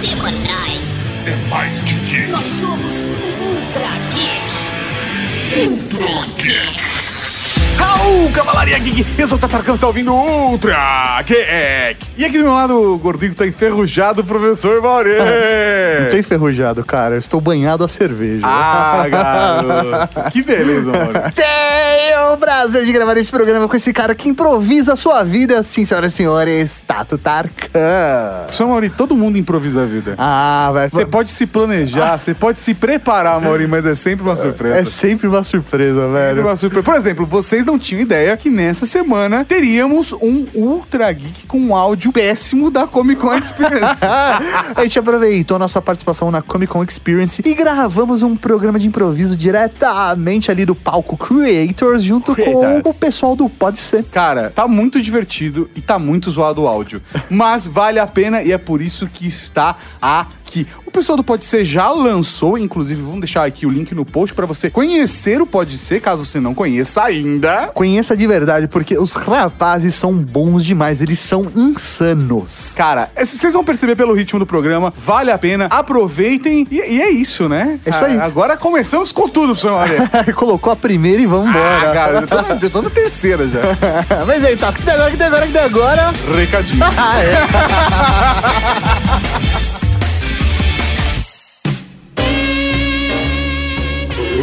semanais. É mais que geek. Nós somos Ultra Geek. Ultra Geek. Raul, Cavalaria Geek, eu sou o Tatarcão, está ouvindo Ultra Geek. E aqui do meu lado, o gordinho que tá enferrujado, professor Maurício. Não tô enferrujado, cara. Eu estou banhado a cerveja. Ah, garoto. Que beleza, Maurício. Tenho o é um prazer de gravar esse programa com esse cara que improvisa a sua vida. Sim, senhoras e senhores, Tato Tarkan. Professor Maurício, todo mundo improvisa a vida. Ah, vai Você pode se planejar, você pode se preparar, Maurício, mas é sempre uma surpresa. É É sempre uma surpresa, Sempre velho. uma surpresa. Por exemplo, vocês não tinham ideia que nessa semana teríamos um Ultra Geek com um áudio péssimo da Comic Con Experience. Ah, a gente aproveitou nossa participação na Comic Con Experience e gravamos um programa de improviso diretamente ali do palco Creators junto Creators. com o pessoal do Pode Ser. Cara, tá muito divertido e tá muito zoado o áudio. Mas vale a pena e é por isso que está aqui. O pessoal do Pode Ser já lançou, inclusive, vamos deixar aqui o link no post pra você conhecer o Pode Ser, caso você não conheça ainda. Conheça de verdade, porque os rapazes são bons demais, eles são insanos. Cara, é- vocês vão perceber pelo ritmo do programa, vale a pena, aproveitem e, e é isso, né? É isso aí. Ah, Agora começamos com tudo, professor Maria. Colocou a primeira e Ah, vambora. cara, eu tô, na, eu tô na terceira já. Mas aí, tá, que tem agora, que tem agora, que tem agora. Recadinho. Ah, é.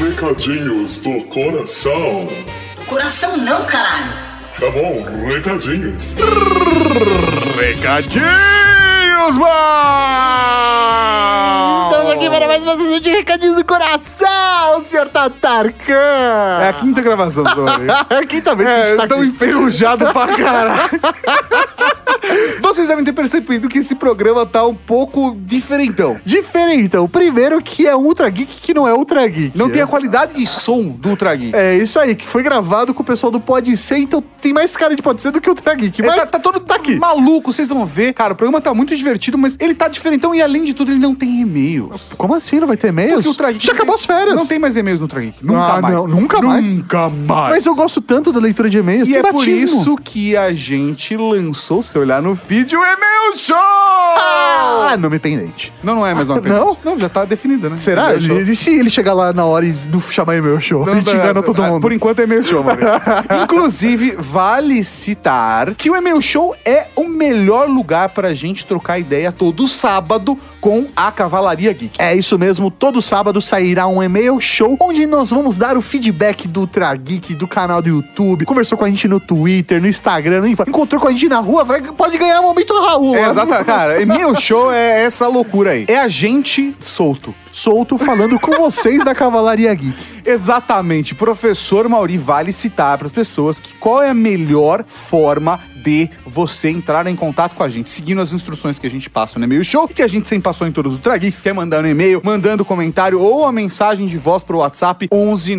Recadinhos do coração. Coração não, caralho. Tá bom, recadinhos. Recadinhos, mano! Estamos aqui para mais uma sessão de recadinhos do coração, senhor Tatarkan. É a quinta gravação, professor Maria. É a quinta vez que a É, gente tá eu tô aqui. enferrujado pra caralho. Vocês devem ter percebido que esse programa tá um pouco diferentão. Diferente, o primeiro que é Ultra Geek que não é Ultra Geek. Não tem a qualidade de som do Ultra Geek. É isso aí, que foi gravado com o pessoal do Pode Ser, então tem mais cara de Pode Ser do que Ultra Geek. É, Mas tá, tá todo tá aqui. maluco, vocês vão ver. Cara, o programa tá muito divertido, mas ele tá diferentão e, além de tudo, ele não tem e-mails. Como assim? Não vai ter e-mails? tá. Porque o Ultra Geek Já não acabou tem- as férias. Não tem mais e-mails no Ultra Geek. Nunca Ah, mais. não, nunca mais. Nunca mais. Mas eu gosto tanto da leitura de e-mails. E tem é por batismo. isso que a gente lançou, se olhar no vídeo, o e-mail show! Ah, não me pendente. Não, não é mais uma Ah, pena. não? Não, já tá definida, né? Será? E-mail show. E se ele chegar lá na hora e não chamar e-mail show? Não, a gente não, engana todo ah, mundo. Por enquanto é e-mail show, mano. Inclusive, vale citar que o e-mail show é o melhor lugar pra gente trocar ideia todo sábado com a Cavalaria Geek. É isso mesmo, todo sábado sairá um e-mail show onde nós vamos dar o feedback do Ultra Geek, do canal do YouTube, conversou com a gente no Twitter, no Instagram, no- encontrou com a gente na rua, vai- pode ganhar um momento Raul. É, lá no- exato, cara. E-mail show é essa loucura aí. É a gente solto. Solto falando com vocês da Cavalaria Geek. Exatamente. Professor Mauri vale citar para as pessoas que qual é a melhor forma de você entrar em contato com a gente, seguindo as instruções que a gente passa no e-mail show, e que a gente sempre passou em todos os traguiques, que é mandando e-mail, mandando comentário ou a mensagem de voz pro WhatsApp 11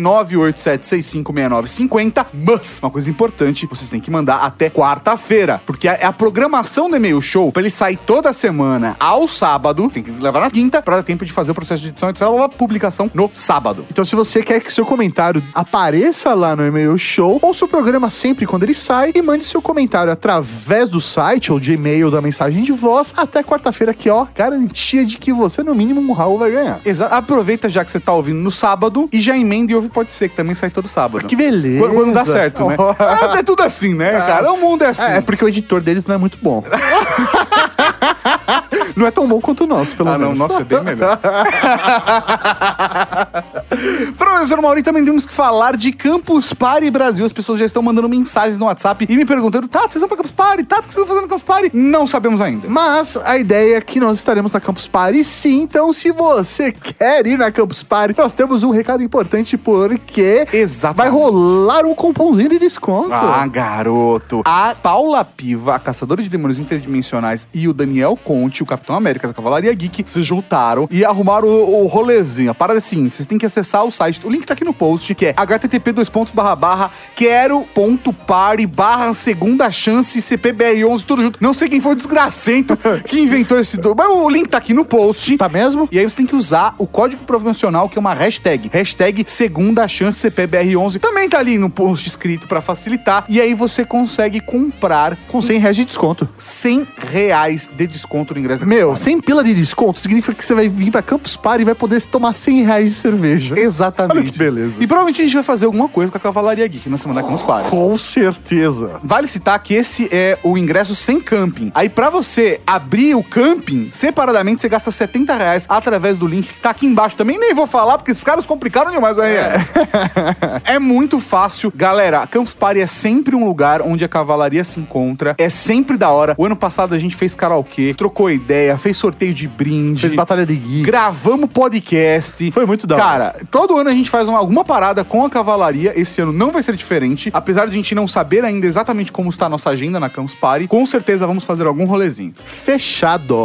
987656950. Mas, uma coisa importante, vocês têm que mandar até quarta-feira, porque é a, a programação do e-mail show, pra ele sair toda semana ao sábado, tem que levar na quinta, pra dar tempo de fazer o processo de edição, etc, a publicação no sábado. Então, se você quer que seu comentário apareça lá no e-mail show, ouça o programa sempre quando ele sai e mande seu comentário através do site ou de e-mail da mensagem de voz até quarta-feira, que ó, garantia de que você, no mínimo, um Raul vai ganhar. Exa Aproveita já que você tá ouvindo no sábado e já emenda e ouve Pode Ser, que também sai todo sábado. Que beleza. Quando quando dá certo, né? Ah, é tudo assim, né, cara? O mundo é assim. É, é porque o editor deles não é muito bom. não é tão bom quanto o nosso, pelo Ah, não, menos. nossa, é bem melhor. Professor Mauri, também temos que falar de Campus Party Brasil. As pessoas já estão mandando mensagens no WhatsApp e me perguntando: Tato, vocês vão pra Campus Party? Tato, o que vocês estão fazendo no Campus Party? Não sabemos ainda. Mas a ideia é que nós estaremos na Campus Party, sim. Então, se você quer ir na Campus Party, nós temos um recado importante, porque Exatamente. vai rolar um cupomzinho de desconto. Ah, garoto. A Paula Piva, a caçadora de demônios interdimensionais, e o Daniel Conte, o Capitão América da Cavalaria Geek, se juntaram e arrumaram o, o rolezinho. A parada é assim, vocês têm que acessar acessar o site. O link tá aqui no post, que é http quero.pare barra segunda chance CPBR11, tudo junto. Não sei quem foi o desgracento que inventou esse do. Mas o link tá aqui no post. Tá mesmo? E aí você tem que usar o código promocional, que é uma hashtag. Hashtag segunda chance CPBR11. Também tá ali no post escrito pra facilitar. E aí você consegue comprar Com 100 reais de desconto. 100 reais de desconto no ingresso. da Meu, Campus 100 pila de desconto significa que você vai vir pra Campus Party e vai poder tomar 100 reais de cerveja. Party. Exatamente. Olha que beleza. E provavelmente a gente vai fazer alguma coisa com a Cavalaria Geek na semana que nos para. Com certeza. Vale citar que esse é o ingresso sem camping. Aí, pra você abrir o camping, separadamente, você gasta R$ 70 reais através do link que tá aqui embaixo também. Nem vou falar, porque esses caras complicaram demais o RR. É muito fácil. Galera, Campus Party é sempre um lugar onde a cavalaria se encontra. É sempre da hora. O ano passado a gente fez karaokê, trocou ideia, fez sorteio de brinde. Fez batalha de geek. Gravamos podcast. Foi muito da hora. Cara, todo ano a gente faz uma- alguma parada com a cavalaria. Esse ano não vai ser diferente. Apesar de a gente não saber ainda exatamente como está a nossa agenda na Campus Party, com certeza vamos fazer algum rolezinho. Fechado.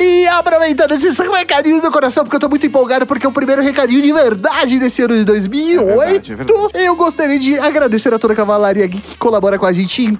E aproveitando esses recadinhos do coração, porque eu tô muito empolgado, porque é o primeiro recadinho de verdade desse ano de 2008. É verdade, é verdade. Eu gostaria de agradecer a toda a Cavalaria Geek que colabora com a gente em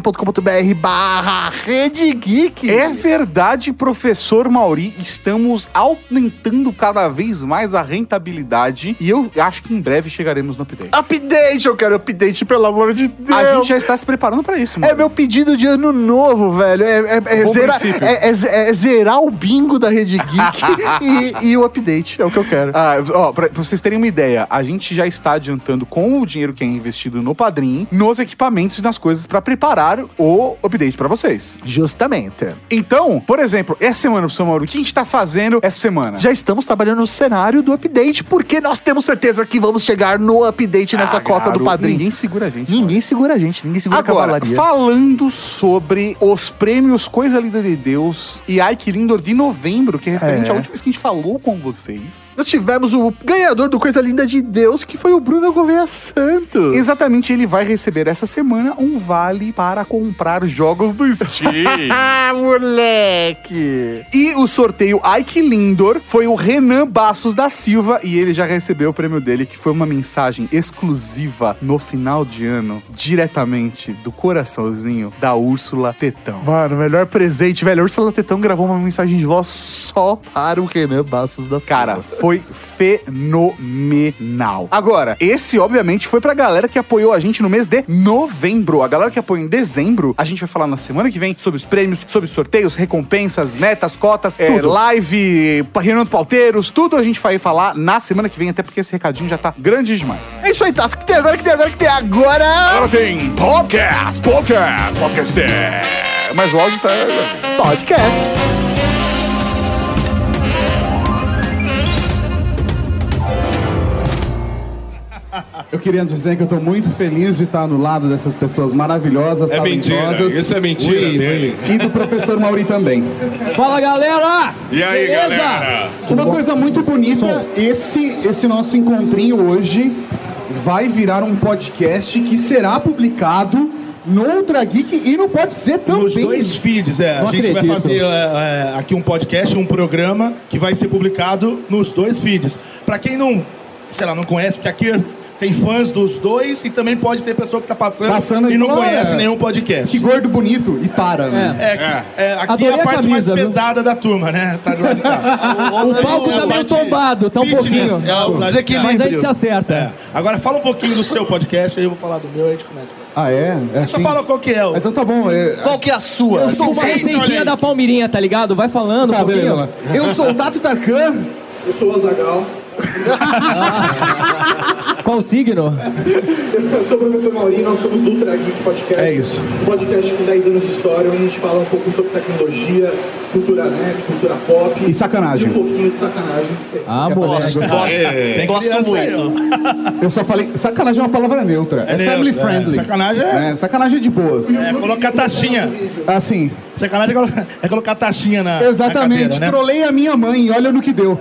padrim.com.br barra Rede Geek. É verdade, professor Mauri, estamos aumentando cada vez mais a rentabilidade e eu acho que em breve chegaremos no update. Update, eu quero update, pelo amor de Deus. A gente já está se preparando para isso, mano. É meu pedido de ano novo, velho. É, é- é Bom zerar, princípio. é- é- é zerar o bingo da Rede Geek e, e o update. É o que eu quero. Ah, ó, pra, pra vocês terem uma ideia, a gente já está adiantando com o dinheiro que é investido no Padrim, nos equipamentos e nas coisas para preparar o update para vocês. Justamente. Então, por exemplo, essa semana, professor Mauro, o que a gente tá fazendo essa semana? Já estamos trabalhando no cenário do update, porque nós temos certeza que vamos chegar no update nessa Ah, cota garoto, do padrinho. Ninguém segura a gente. Ninguém segura a gente, ninguém segura a Agora, cavalaria. falando sobre os prêmos Coisa Linda de Deus e Ai Que Lindor de novembro, que é referente É. à última vez que a gente falou com vocês. Nós tivemos o ganhador do Coisa Linda de Deus, que foi o Bruno Gouveia Santos. Exatamente, ele vai receber essa semana um vale para comprar jogos do Steam. Ah, moleque! e o sorteio Ai Que Lindor foi o Renan Bassos da Silva e ele já recebeu o prêmio dele, que foi uma mensagem exclusiva no final de ano, diretamente do coraçãozinho da Úrsula Tetão. Mano, melhor presente, velho. A Ursula Tetão gravou uma mensagem de voz só para o Renan Bastos da Silva. Cara, foi fenomenal. Agora, esse obviamente foi pra galera que apoiou a gente no mês de novembro. A galera que apoiou em dezembro, a gente vai falar na semana que vem sobre os prêmios, sobre os sorteios, recompensas, metas, cotas, é, Tudo. live, pa- reunião de pauteiros, tudo a gente vai falar na semana que vem, até porque esse recadinho já tá grande demais. é isso aí, Tato. Que tem agora, que tem agora, que tem agora? tem podcast, podcast, podcast. Mas o áudio tá. Podcast. Eu queria dizer que eu tô muito feliz de estar no lado dessas pessoas maravilhosas, É mentira, talentosas. isso é mentira dele. E do professor Mauri também. Fala galera! E aí, Beleza? galera? Uma coisa muito bonita, esse, esse nosso encontrinho hoje vai virar um podcast que será publicado no Ultra Geek e no Pode Ser também. Nos dois feeds, é. A Não gente vai acredito. fazer é, é, aqui um podcast, um programa que vai ser publicado nos dois feeds. Pra quem não, sei lá, não conhece, porque aqui tem fãs dos dois e também pode ter pessoa que tá passando, Passando e não agora. é. conhece nenhum Que podcast. gordo bonito e para, né? É, que- é, aqui Adorei é a a parte mais camisa, viu? pesada da turma, né? Tá do lado de cá. O palco é a tá meio parte tombado, tá um pouquinho. fitness, É o lado de cá. Mas a gente se acerta. É. Agora fala um pouquinho do seu podcast, aí eu vou falar do meu, aí a gente começa. Ah, é? É Só assim? fala qual que é. o- Então tá bom. é- Qual que é a sua? Eu sou o Uma Mauri. receitinha da Palmirinha, tá ligado? Vai falando um Tá, beleza. pouquinho. vai lá. Eu sou o Tato Tarkan. Qual o signo? Eu sou o professor Mauri, nós somos do Ultra Geek Podcast. É isso. Um podcast com 10 anos de história, onde a gente fala um pouco sobre tecnologia, cultura nerd, cultura pop. E sacanagem. E um pouquinho de sacanagem sempre. Ah, moleque. Gosto, Tem gosto criança aí, ó. muito. Eu só falei. Sacanagem é uma palavra neutra. É, É family neutra, é. friendly. Sacanagem é- Né? Sacanagem é de boas. É, colocar taxinha. Assim, Sacanagem é colo- é colocar taxinha na. exatamente. Na cadeira, né? É. Trolei a minha mãe e olha no que deu.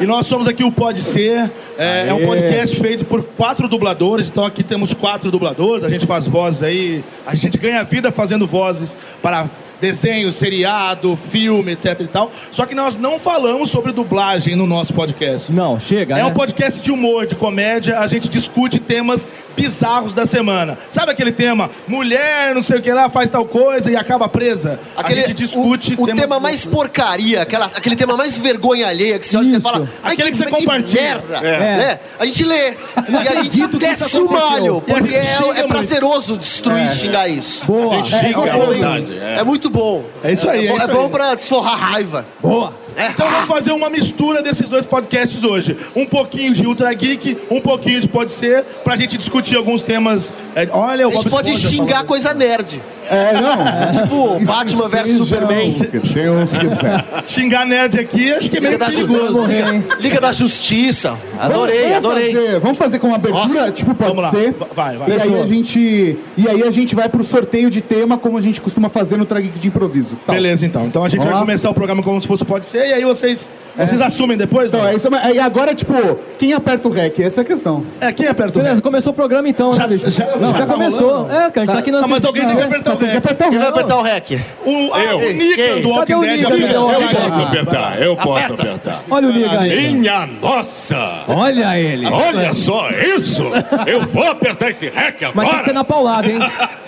E nós somos aqui o Pode Ser. É, é um podcast feito por quatro dubladores. Então aqui temos quatro dubladores. A gente faz vozes aí. A gente ganha vida fazendo vozes para desenho, seriado, filme, etc e tal. Só que nós não falamos sobre dublagem no nosso podcast. Não, chega, É um né? podcast de humor, de comédia, a gente discute temas bizarros da semana. Sabe aquele tema, mulher, não sei o que lá, faz tal coisa e acaba presa? Aquele, a gente discute o, o temas- tema mais porcaria, aquela, aquele tema mais vergonha alheia que você olha e você Isso. fala. "Ai, Aquele que você compartilha." merda", É. né? A gente lê. E a gente acredito que isso desce o malho, aconteceu. porque E a gente é, xinga é prazeroso destruir e xingar isso. É. Boa, É, é, bom, hein? é muito bom. É isso aí, É, é bom, isso é bom aí. pra desforrar raiva. boa. Então vamos fazer uma mistura desses dois podcasts hoje. Um pouquinho de Ultra Geek, um pouquinho de Pode Ser, pra gente discutir alguns temas. É, olha, o A gente Bob pode Esponja xingar falando. coisa nerd. É, não. Tipo, Batman versus Superman. um O que Deus quiser. Xingar nerd aqui, acho que é meio Liga da perigoso. Justiça. morrer, hein? Liga, Liga da Justiça. Adorei, Vamos adorei. Fazer, vamos fazer com uma abertura, Nossa, tipo, pode vamos lá. ser. Va- vai, vai. E aí, Fechou. a gente, e aí a gente vai pro sorteio de tema, como a gente costuma fazer no Tragic de improviso. Tá. Beleza, então. Então a gente Vamos vai lá? começar o programa como se fosse Pode Ser, e aí vocês, É. vocês assumem depois? Então, né? é isso, mas- e agora, tipo, quem aperta o REC? Essa é a questão. É, quem aperta o Beleza, rec? começou o programa então, né? Já- já- Não, já já tá começou. é, rolando? cara, a gente tá aqui na Ah, mas alguém tem que apertar o Tem que rec. apertar o Quem vai REC. apertar o Rec? O, ah, o Ei, Negan ei. do Walking Cadê o Dead é Negan? aperta. Cadê o Vai, Negan? vai, vai. apertar, eu posso apertar. Olha o Liga aí. Minha nossa! Olha ele. Olha só isso! Eu vou apertar esse rec agora! Mas tem que ser na paulada, hein?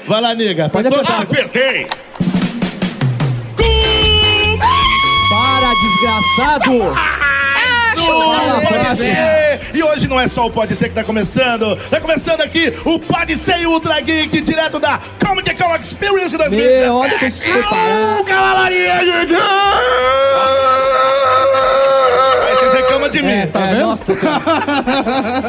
Vai lá, Nega. Pode apertar. Apertei! Para, desgraçado! Tudo Pode Pode ser! E hoje não é só o Pode Ser que tá começando, tá começando aqui o Pode Ser Ultra Geek, direto da Comic Con Experience 2017. Meu, olha que preparado. Cavalaria Geek! Aí Ah, vocês reclamam de mim, É, tá é, vendo? nossa, cara,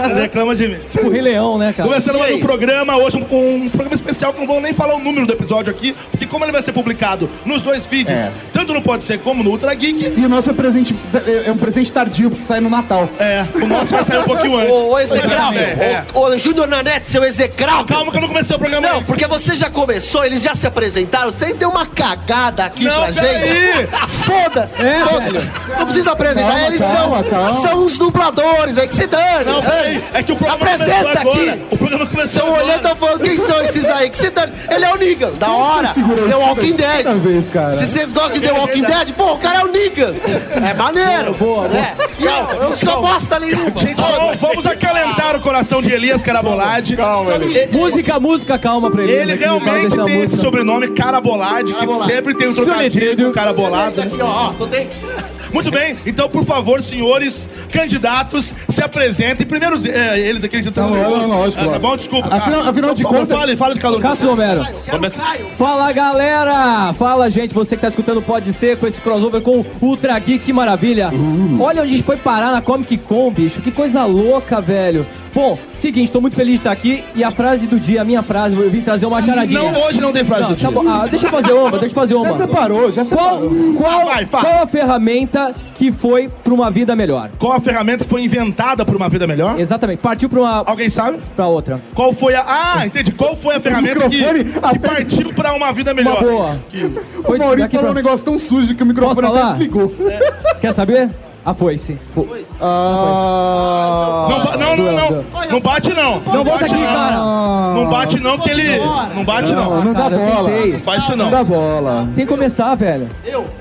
Vocês reclamam de mim. o Rei Leão, né, cara? Começando mais E um aí? programa, hoje um, um programa especial que não vamos nem falar o número do episódio aqui, porque como ele vai ser publicado nos dois feeds, É. tanto no Pode Ser como no Ultra Geek, E o nosso é presente é- é um presente tardio, porque sai no Natal. é, o nosso vai sair um pouquinho antes. Ô, ô execrável. É. Ô, ô, Júnior Nanete, seu execrável. Calma que eu não comecei o programa Não, ainda. porque você já começou, eles já se apresentaram, você deu uma cagada aqui Não, pra peraí. gente. Foda-se, É, foda-se. Não precisa apresentar, Calma, eles calma, são, calma. são os dubladores aí que se dane. Não, peraí, é que o programa Apresenta começou agora. aqui. O programa começou Estão agora. olhando e tão falando quem são esses aí que se dane. Ele é o Negan, da hora. segurou Ele é o isso Walking toda- Dead. toda vez, cara. Se vocês gostam de The Walking Dead, pô, o cara é o Negan. É maneiro. Boa, boa, né? Não, eu não sou bosta nenhuma. Gente, vamos, vamos acalentar o coração de Elias Carabolade. Calma, Música, música, calma pra ele. Ele aqui, pra realmente deixar a tem esse música. sobrenome, Carabolade, que sempre tem um trocadilho com Soletrando. Carabolada. Aqui, ó, ó, tô tem... Muito bem, então, por favor, senhores candidatos, se apresentem. Primeiro, eh, eles aqui, eles não estão... Não, não, não, lógico, Ah, tá lógico. bom, desculpa. tá. Afinal- afinal de Por favor, contas- Fale, fale de calor. Cássio Romero. Fala galera! Fala gente, você que tá escutando Pode Ser com esse crossover com o Ultra Geek, que maravilha! Uhum. Olha onde a gente foi parar na Comic Con, bicho, que coisa louca, velho! Bom, seguinte, tô muito feliz de estar aqui e a frase do dia, a minha frase, eu vim trazer uma charadinha. Não, hoje não tem frase Não, do tá dia. bom. Ah, deixa eu fazer uma, deixa eu fazer uma. Já separou, já Qual, separou. qual, Vai, fala. qual a ferramenta que foi pra uma vida melhor? Qual a ferramenta que foi inventada por uma vida melhor? Exatamente, partiu pra uma. Alguém sabe? pra outra. Qual foi a... Ah, entendi. Qual foi a ferramenta que, microfone que até- partiu para uma vida Uma melhor? boa. O Foi Maurinho daqui falou um pra- negócio tão sujo que o microfone Posso até falar? desligou. Quer saber? A foice. Ah, Não, ba- não, não, não. Não bate não. Não volta bate aqui, não. cara. Ah. Ah, Não bate não, porque ele... Não bate não. não dá Cara, eu bola. tentei. Faz isso não. da bola. Tem que começar, velho.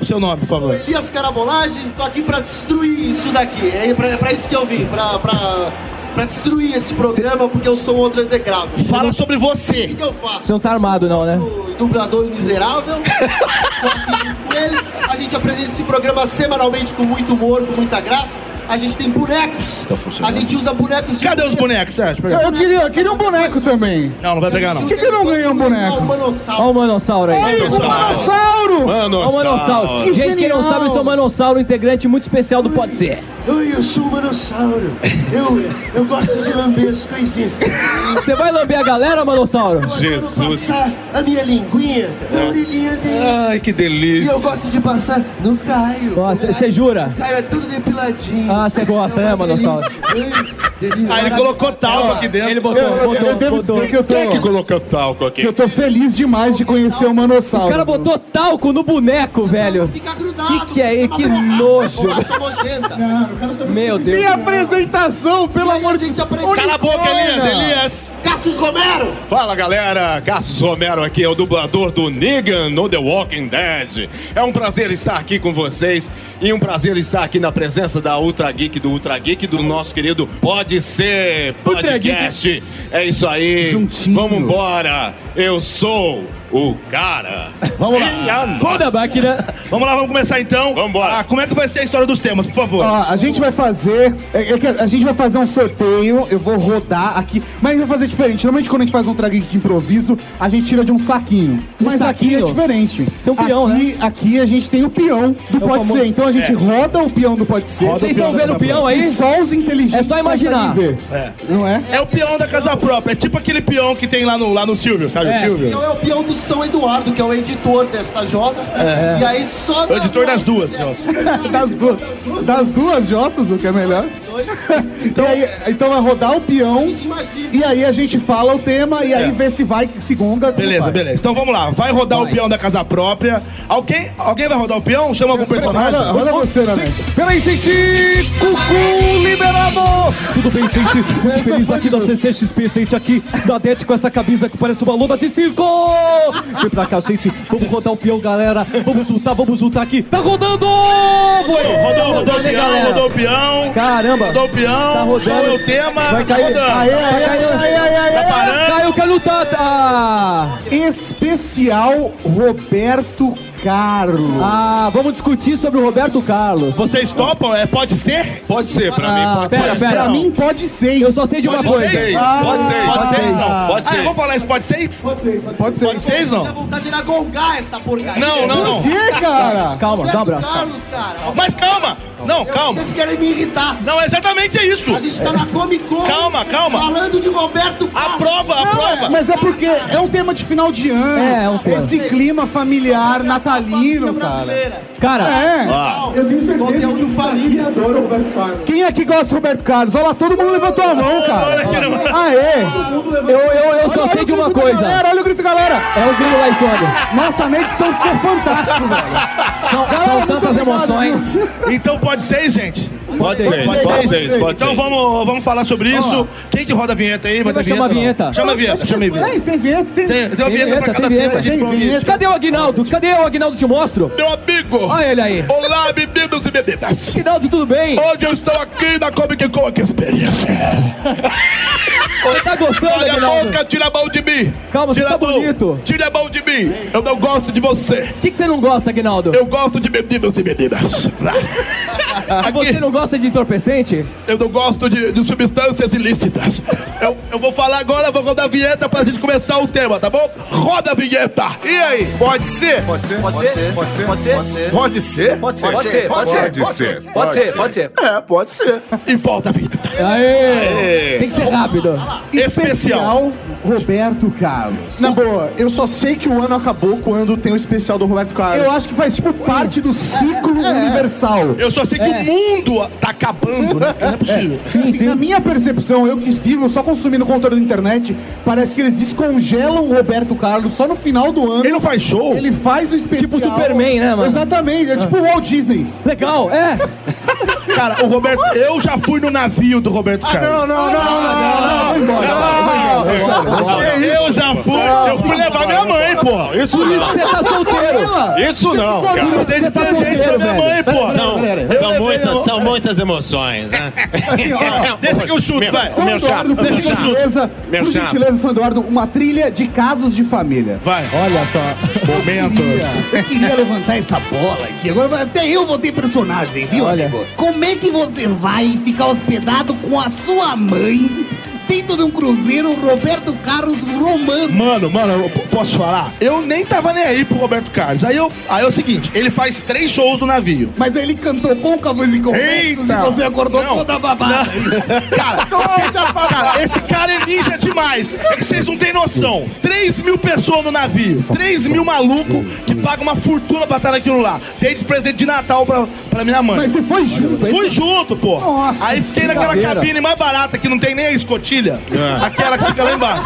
O seu nome, por favor. Elias Carabolage, tô aqui pra destruir isso daqui. É pra, é pra isso que eu vim, pra, pra, pra destruir esse programa, porque eu sou um outro execrável. Fala sobre O você. que, que eu faço? Você não tá armado, não, né? O Dublador miserável. tô aqui junto com eles. A gente apresenta esse programa semanalmente com muito humor, com muita graça. A gente tem bonecos. a gente usa bonecos de. Cadê os bonecos, Sérgio? Pega. Eu queria, eu queria um boneco também. Não, não vai pegar não. que que não ganhou um boneco? Um Olha manossauro. o manossauro aí. Ei, o Manossauro! Olha o manossauro. Que Gente, quem genial. não sabe, eu sou o manossauro, integrante muito especial do Pode Ser. Ai, eu sou um manossauro. Eu, eu gosto de lamber as coisinhas. Você vai lamber a galera, manossauro? Jesus. passar a minha linguinha na orelhinha dele. Ai, que E delícia! eu gosto de passar no Caio. Nossa, O cê- cê Caio- jura? O Caio é tudo depiladinho. Ah, cê gosta, É uma né, Manossauro? delícia. Delícia. Ah, ele colocou talco aqui dentro. Ele botou, Eu, eu- eu botou, devo botou. dizer que eu tô, Quem é que colocou talco que aqui? eu tô feliz demais de conhecer o Manossauro. O cara botou talco no boneco, velho. Fica grudado. Que que é aí? fica Que amarrado, nojo. bolacha nojenta. Meu Deus. E a apresentação, pelo E aí, amor a de gente Deus. apresenta Cala a boca, Elias, Elias. Cassius Romero. Romero! Fala galera, Cassius Romero aqui, é o dublador do Negan no The Walking Dead. É um prazer estar aqui com vocês e um prazer estar aqui na presença da Ultra Geek, do Ultra Geek, do nosso querido Pode Ser Ultra Geek. Podcast. É isso aí, Juntinho. vamos embora. Eu sou o cara. Vamos lá. Minha Toda a máquina. Vamos lá, vamos começar então. Vambora. Ah, como é que vai ser a história dos temas, por favor? Ó, a gente vai fazer. é- é que a gente vai fazer um sorteio. Eu vou rodar aqui. Mas a gente vai fazer diferente. Normalmente quando a gente faz um trago de improviso, a gente tira de um saquinho. Um mas aqui saquinho? é diferente. Tem um peão, É aqui, aqui a gente tem o peão do o Pode famoso- Ser. Então a gente roda o peão do Pode Ser. Vocês estão vendo o tá peão E aí? só os inteligentes É só imaginar. conseguem ver. Não é? É o peão da casa própria, é tipo aquele peão que tem lá no, lá no Silvio, sabe o É. Silvio? Então é o peão do São Eduardo, que é o editor desta Jossa. É. E aí só. É O editor das duas, Jossa. Das duas, das duas jossas, o que é melhor. Então, aí, então vai rodar o peão. E aí a gente fala o tema e aí É. vê se vai, se gonga. como Beleza, vai. beleza. Então vamos lá, vai rodar o peão da casa própria. Alguém, alguém vai rodar o peão? Chama algum personagem? Roda, roda você, né? velho? Peraí, gente! Cucu liberado! Tudo bem, Ah, gente? Muito feliz aqui da CCXP, gente, aqui da DET com essa camisa que parece uma lona de circo! Vem pra cá, gente, vamos rodar o peão, galera! Vamos lutar, vamos lutar aqui! Tá rodando! Foi! Rodou, rodou o né, peão, galera? rodou o peão. Caramba! Rodou o peão, Tá rodando. foi o tema, Vai tá cair. rodando. Aê, aê, Tá caindo. aê, aê, aê, Tá aê. parando. Tá. Caiu, quer lutar! Ah! Especial Roberto Carlos. Ah, vamos discutir sobre o Roberto Carlos. Vocês topam? É, pode ser? Pode ser pra mim, pode pera, ser. pera. pra não. mim pode ser. hein? Eu só sei de uma Pode coisa. ser, Ah, pode ser, Pode ser, Ah. então. pode Ah, ser. vamos falar isso, pode ser? isso? Pode ser, pode ser. Pode ser. Pode ser isso, Dá não? vontade de ir agongar essa porcaria. Não, não, não. Que, cara? Calma, dá um Roberto abraço. calma. Carlos, cara. Mas calma! Não, calma. Vocês querem me irritar. Não, exatamente é isso. A gente tá na Comic Con. Calma, calma. Falando de Roberto Carlos. Aprova, aprova. Mas é porque é um tema de final de ano. É, é um tema. Esse clima familiar natalino, Família cara. brasileira. Cara, É. Ah, Eu tenho certeza que Conteúdo o família família. adora o Roberto Carlos. Quem aqui gosta de Roberto Carlos? Olha lá, todo mundo levantou a mão, cara. Aê! Todo mundo levanta eu, eu, eu só Olha sei o de grito uma da coisa. Galera, olha o grito, da galera! É o Grilo lá em Sombra. Nossa, a edição ficou fantástico, velho. São, Galera, são muito tantas obrigado, emoções. viu? Então pode ser, gente. pode ser, Pode pode ser, ser, pode Então ser. vamos, vamos falar sobre isso. Quem que roda a vinheta aí? Quem Vai vai ter chamar a vinheta? não? vinheta? Chama a vinheta, chama a vinheta. Tem, tem vinheta, tem. Tem, tem uma Tem vinheta pra vinheta, cada tem tema, a vinheta, gente tem promete. vinheta. Cadê o Aguinaldo? Cadê o Aguinaldo? Te mostro. Meu amigo! Olha ele aí. Olá, meninos e meninas! Aguinaldo, tudo bem? Hoje eu estou aqui na Comic Con, que experiência! Você tá gostando, Olha a Aguinaldo? boca, tira a mão de mim! Calma, você tira tá a mão, bonito. Tira a mão de mim! Eu não gosto de você! O que, que você não gosta, Aguinaldo? Eu gosto de meninos e meninas! Você Aqui, não gosta de entorpecente? eu não gosto de, de substâncias ilícitas! Eu, eu vou falar agora, vou rodar a vinheta pra gente começar o tema, tá bom? Roda a vinheta! E aí? Pode ser? Pode ser? Pode ser? Pode ser? Pode ser, pode ser. Pode ser. Pode ser, pode ser. É, pode ser. E volta a vinheta! Aê! Tem que ser rápido. Especial! Especial Roberto Carlos. Na boa, eu só sei que o ano acabou quando tem o especial do Roberto Carlos. É, Eu acho que faz tipo parte do ciclo universal. Eu só sei que o mundo tá acabando, né? Não é possível. Sim, Assim, na sim. minha percepção, eu que vivo só consumindo conteúdo da internet, parece que eles descongelam o Roberto Carlos só no final do ano. Ele não faz show? É. Ele faz o especial. Tipo Superman, né, mano? Exatamente, é tipo o Walt Disney. Legal, é. Cara, o Roberto. Eu já fui no navio do Roberto Ah, Carlos. não, não, não, não. Vai embora, vai embora. Eu já fui. Eu fui levar minha mãe, pô. Isso não, Você tá solteiro. isso não, cara. Eu dei de Você tá presente pra solteiro, minha velho. mãe, pô. São, Eu são, levei muitas, meu- são muitas emoções, né? Deixa que eu chuto, Meu- vai. São Meu Eduardo, chapa, por meu gentileza, por Meu chapa. gentileza, São Eduardo, uma trilha de casos de família. Vai. Olha só. Momentos. Eu queria levantar Tá essa bola aqui. Agora até eu vou ter personagem, viu? Olha. amigo? Como é que você vai ficar hospedado com a sua mãe dentro de um cruzeiro Roberto Carlos romano? Mano, mano, eu p- posso falar? Eu nem tava nem aí pro Roberto Carlos. Aí, eu, aí é o seguinte, ele faz três shows no navio. Mas ele cantou côncavos e conversos e Eita! você acordou Não. toda babada. Cara, cara, esse cara é ninja demais. É que vocês não têm noção. 3 mil pessoas no navio. 3 mil maluco que pagam uma fortuna pra estar naquilo lá. Dei de presente de Natal pra, pra minha mãe. Mas você foi junto, hein? Fui junto, pô. Nossa, Aí fiquei naquela brincadeira. cabine mais barata que não tem nem a escotilha. Aquela que fica lá embaixo.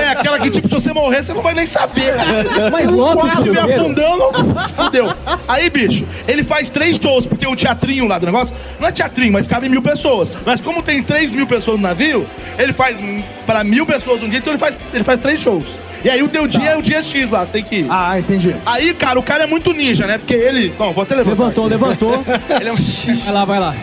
É, aquela que, tipo, se você morrer, você não vai nem saber. né? Mas lota Se o estiver primeiro. afundando, fudeu. Aí, bicho, ele faz três shows, porque o teatrinho lá do negócio, não é teatrinho, mas cabe mil pessoas. Mas como tem três mil pessoas no navio, ele faz pra mil pessoas um dia, então ele faz, ele faz três shows. E aí o teu dia é o dia X lá, você tem que ir. Ah, entendi. Aí, cara, o cara é muito ninja, né? Porque ele. Bom, vou até levantar. Levantou, aqui. levantou. Ele é um xixi. Vai lá, vai lá.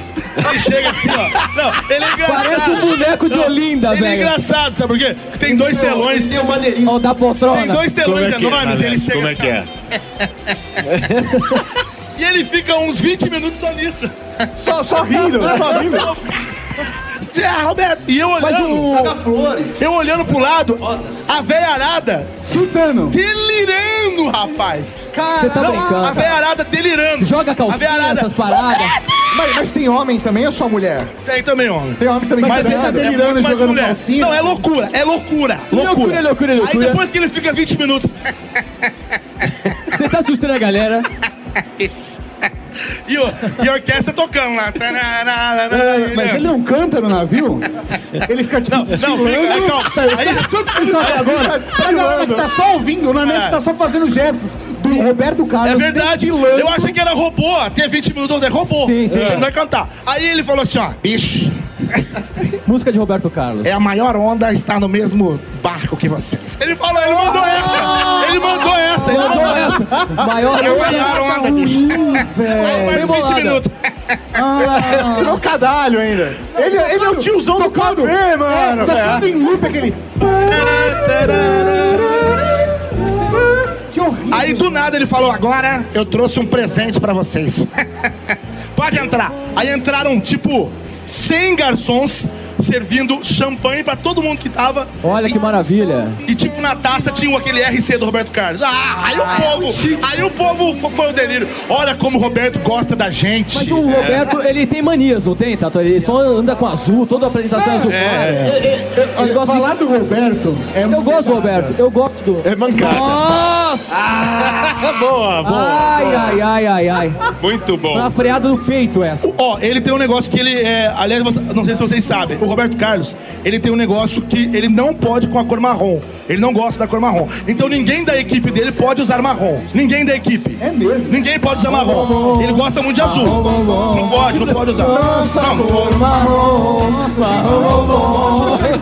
Ele chega assim, ó. Não, ele é engraçado. Parece um boneco de Não, Olinda, Ele é velho. engraçado, sabe por quê? Porque tem dois telões. assim, Tem o bandeirinho. Ó, o da Tem poltrona. dois Como telões é que é, enormes, ele Alex? chega Como é que assim, é? ó. E ele fica uns 20 minutos só nisso. Só, só rindo, só rindo. É, Roberto. E eu olhando. Joga flores. Eu olhando pro lado, Rosas. a velha arada Sultano. delirando, rapaz. Você tá A brincando. velha arada delirando. Joga A calcinha, velharada. essas paradas. Mas, mas tem homem também ou só mulher? É, Tem também, homem. Tem homem também Mas que ele tá grava? delirando e jogando mulher. calcinha. Não, é loucura, é loucura. Loucura, loucura, Aí loucura. depois que ele fica 20 minutos. Você tá assustando a galera. E, o, e a orquestra tocando lá. Tararara, Mas né? ele não canta no navio? Ele fica tipo. Não, não, desfilando. pega- calma. Tá, Aí- Só, só descansar até agora. Pra galera que tá só ouvindo, o Nanete É. tá só fazendo gestos do Roberto Carlos. um É verdade. desfilando. Eu achei que era robô. Até 20 minutos é robô. Sim, sim. Ele não vai cantar. Aí ele falou assim, ó. Bicho, Música de Roberto Carlos. é a maior onda estar no mesmo barco que vocês. Ele falou, ele mandou essa. Ele mandou essa. Ele mandou Mandou essa. é essa. Maior É a onda. maior um onda, bicho. Aí bem mais 20 bolada. minutos. Trocadalho um ainda. Ele, ele é o tiozão do quadro. É, mano. Tá sendo em loop aquele. Que horrível. Aí do nada ele falou: Agora eu trouxe um presente pra vocês. Pode entrar. Aí entraram tipo 100 garçons servindo champanhe pra todo mundo que tava. Olha que maravilha. E tipo na taça tinha aquele RC do Roberto Carlos. Ah, aí o povo, aí o povo fo- foi o delírio. Olha como o Roberto gosta da gente. Mas o Roberto, ele tem manias, não tem, Tato? Ele só anda com azul, toda a apresentação é azul. claro. Ele Olha, gosta de- falar do Roberto é Eu gosto do Roberto, eu gosto do... É mancada. Ah, Nossa! boa, boa. Ai, ai, ai, ai, ai. Muito Foi bom. uma freada no peito essa. Ó, ele tem um negócio que ele é. Aliás, você- não sei se vocês sabem. O Roberto Carlos, ele tem um negócio que ele não pode com a cor marrom. Ele não gosta da cor marrom. Então ninguém da equipe dele pode usar marrom. Ninguém da equipe. É mesmo. Ninguém pode usar marrom. Ele gosta muito de azul. Não pode, não pode usar. Não. Tá É,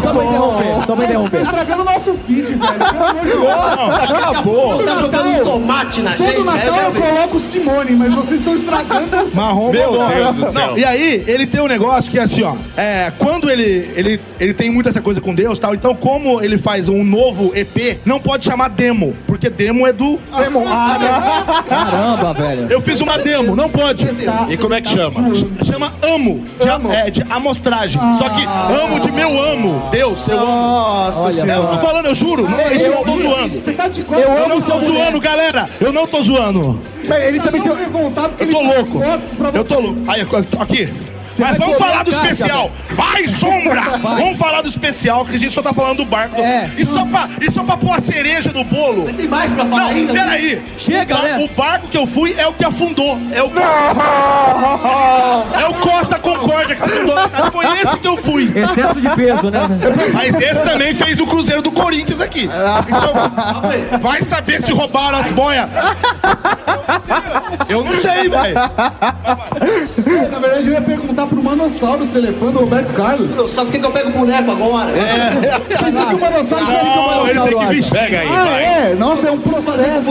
só pra interromper, só pra Tá interromper. estragando o nosso feed, velho. Pelo amor de Deus. Acabou. Tá jogando tomate na gente. é, é Todo Natal eu coloco Simone, mas vocês estão estragando. Marrom, Meu marrom. Deus do Não, céu. E aí, ele tem um negócio que é assim, ó. É, quando ele, ele, ele tem muita essa coisa com Deus e tal, então como ele faz um novo EP, não pode chamar demo, porque demo é do... Caramba, velho. Eu fiz uma demo, não pode. E como é que chama? Chama Amo, de, a- é, de amostragem. Só que Amo de meu amo. Deus, eu amo. Nossa Olha, É, eu tô senhora. falando, eu juro. Não é isso, eu não tô zoando. Você tá de qual? Eu não tô zoando, galera. Eu não tô zoando. Mas ele também tem revoltado porque Eu tô ele louco. costas pra Eu você. tô louco. Aí, aqui. vai Mas vamos cobrar falar do o cara, especial. Vai, sombra! Vamos falar do especial, que a gente só tá falando do barco. do- É. E, só pra, e só pra pôr a cereja no bolo. Tem mais pra falar Não, ainda? peraí. Chega, o, ba- né? o barco que eu fui é o que afundou. É o. É o Costa Concórdia que afundou. Foi esse que eu fui. Excesso de peso, né? Mas esse também fez o Cruzeiro do Corinthians aqui. Então, vai saber se roubaram as boias. Eu não sei, velho. Na verdade, eu ia perguntar pro Manossauro se ele é fã do Roberto Carlos. Só se quer que eu pego o boneco agora. É. Pensa que o Ah, Manossauro quer que eu Não, ele tem que Manossauro. vestir. Pega aí, Ah, vai. é? Nossa, é um processo.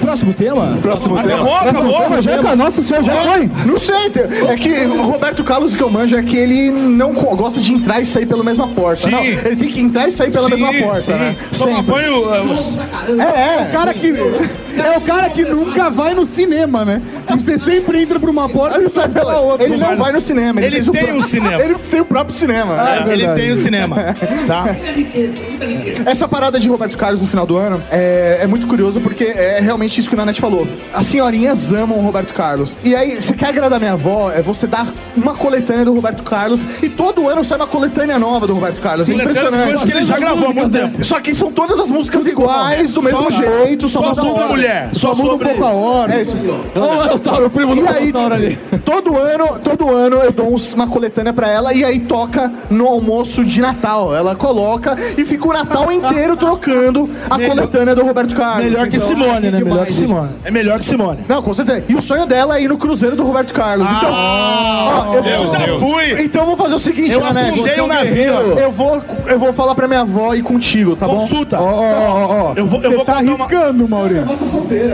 Próximo tema? Próximo tema. Acabou, acabou. já tá, nossa, o seu já foi? Não sei, te- é que o Roberto Carlos que eu manjo é que ele não co- gosta de entrar e sair pela mesma porta. Sim. Não, ele tem que entrar e sair pela mesma porta, né? Toma Sempre. banho. uh, É, é. O cara que, é o cara que nunca vai no cinema, né? Que você sempre entra por uma porta e sai pela outra. Ele não vai no cinema. Ele fez o tem pró- um cinema. Ele tem o próprio cinema. Ele tem o cinema. Ah, Tá? Essa parada de Roberto Carlos no final do ano é, é muito curioso porque é realmente isso que o Nanete falou. As senhorinhas amam o Roberto Carlos. E aí, você quer agradar minha avó? É você dar uma coletânea do Roberto Carlos e todo ano sai uma coletânea nova do Roberto Carlos. É Coletânea de impressionante. coisas que ele já gravou há muito tempo. Só que são todas as músicas iguais, do mesmo jeito, só Só muda a muda a ordem. mulher. Só muda sobre- um pouco a hora. É É isso isso. aí, ó. Não, não, não, o Tá, primo do e aí, Manossauro ali. Ah, Todo ano, todo ano eu dou uns- uma coletânea pra ela e aí toca no almoço de Natal. Ela coloca e fica o Natal inteiro trocando a coletânea do Roberto Carlos. Melhor que Então, Simone, né? demais, Melhor que gente. Simone. É melhor que Simone. Não, com certeza. E o sonho dela é ir no Cruzeiro do Roberto Carlos. então, ó, eu, Ah, Deus, vou- Deus. Então eu vou fazer o seguinte, Eu Nanete. afundei o navio. um Eu vou, eu vou falar pra minha avó e contigo, tá Consulta. bom? Consulta. Ó, ó, ó, ó. Eu vou- eu Você vou tá contar uma- arriscando, Maurício. Ah,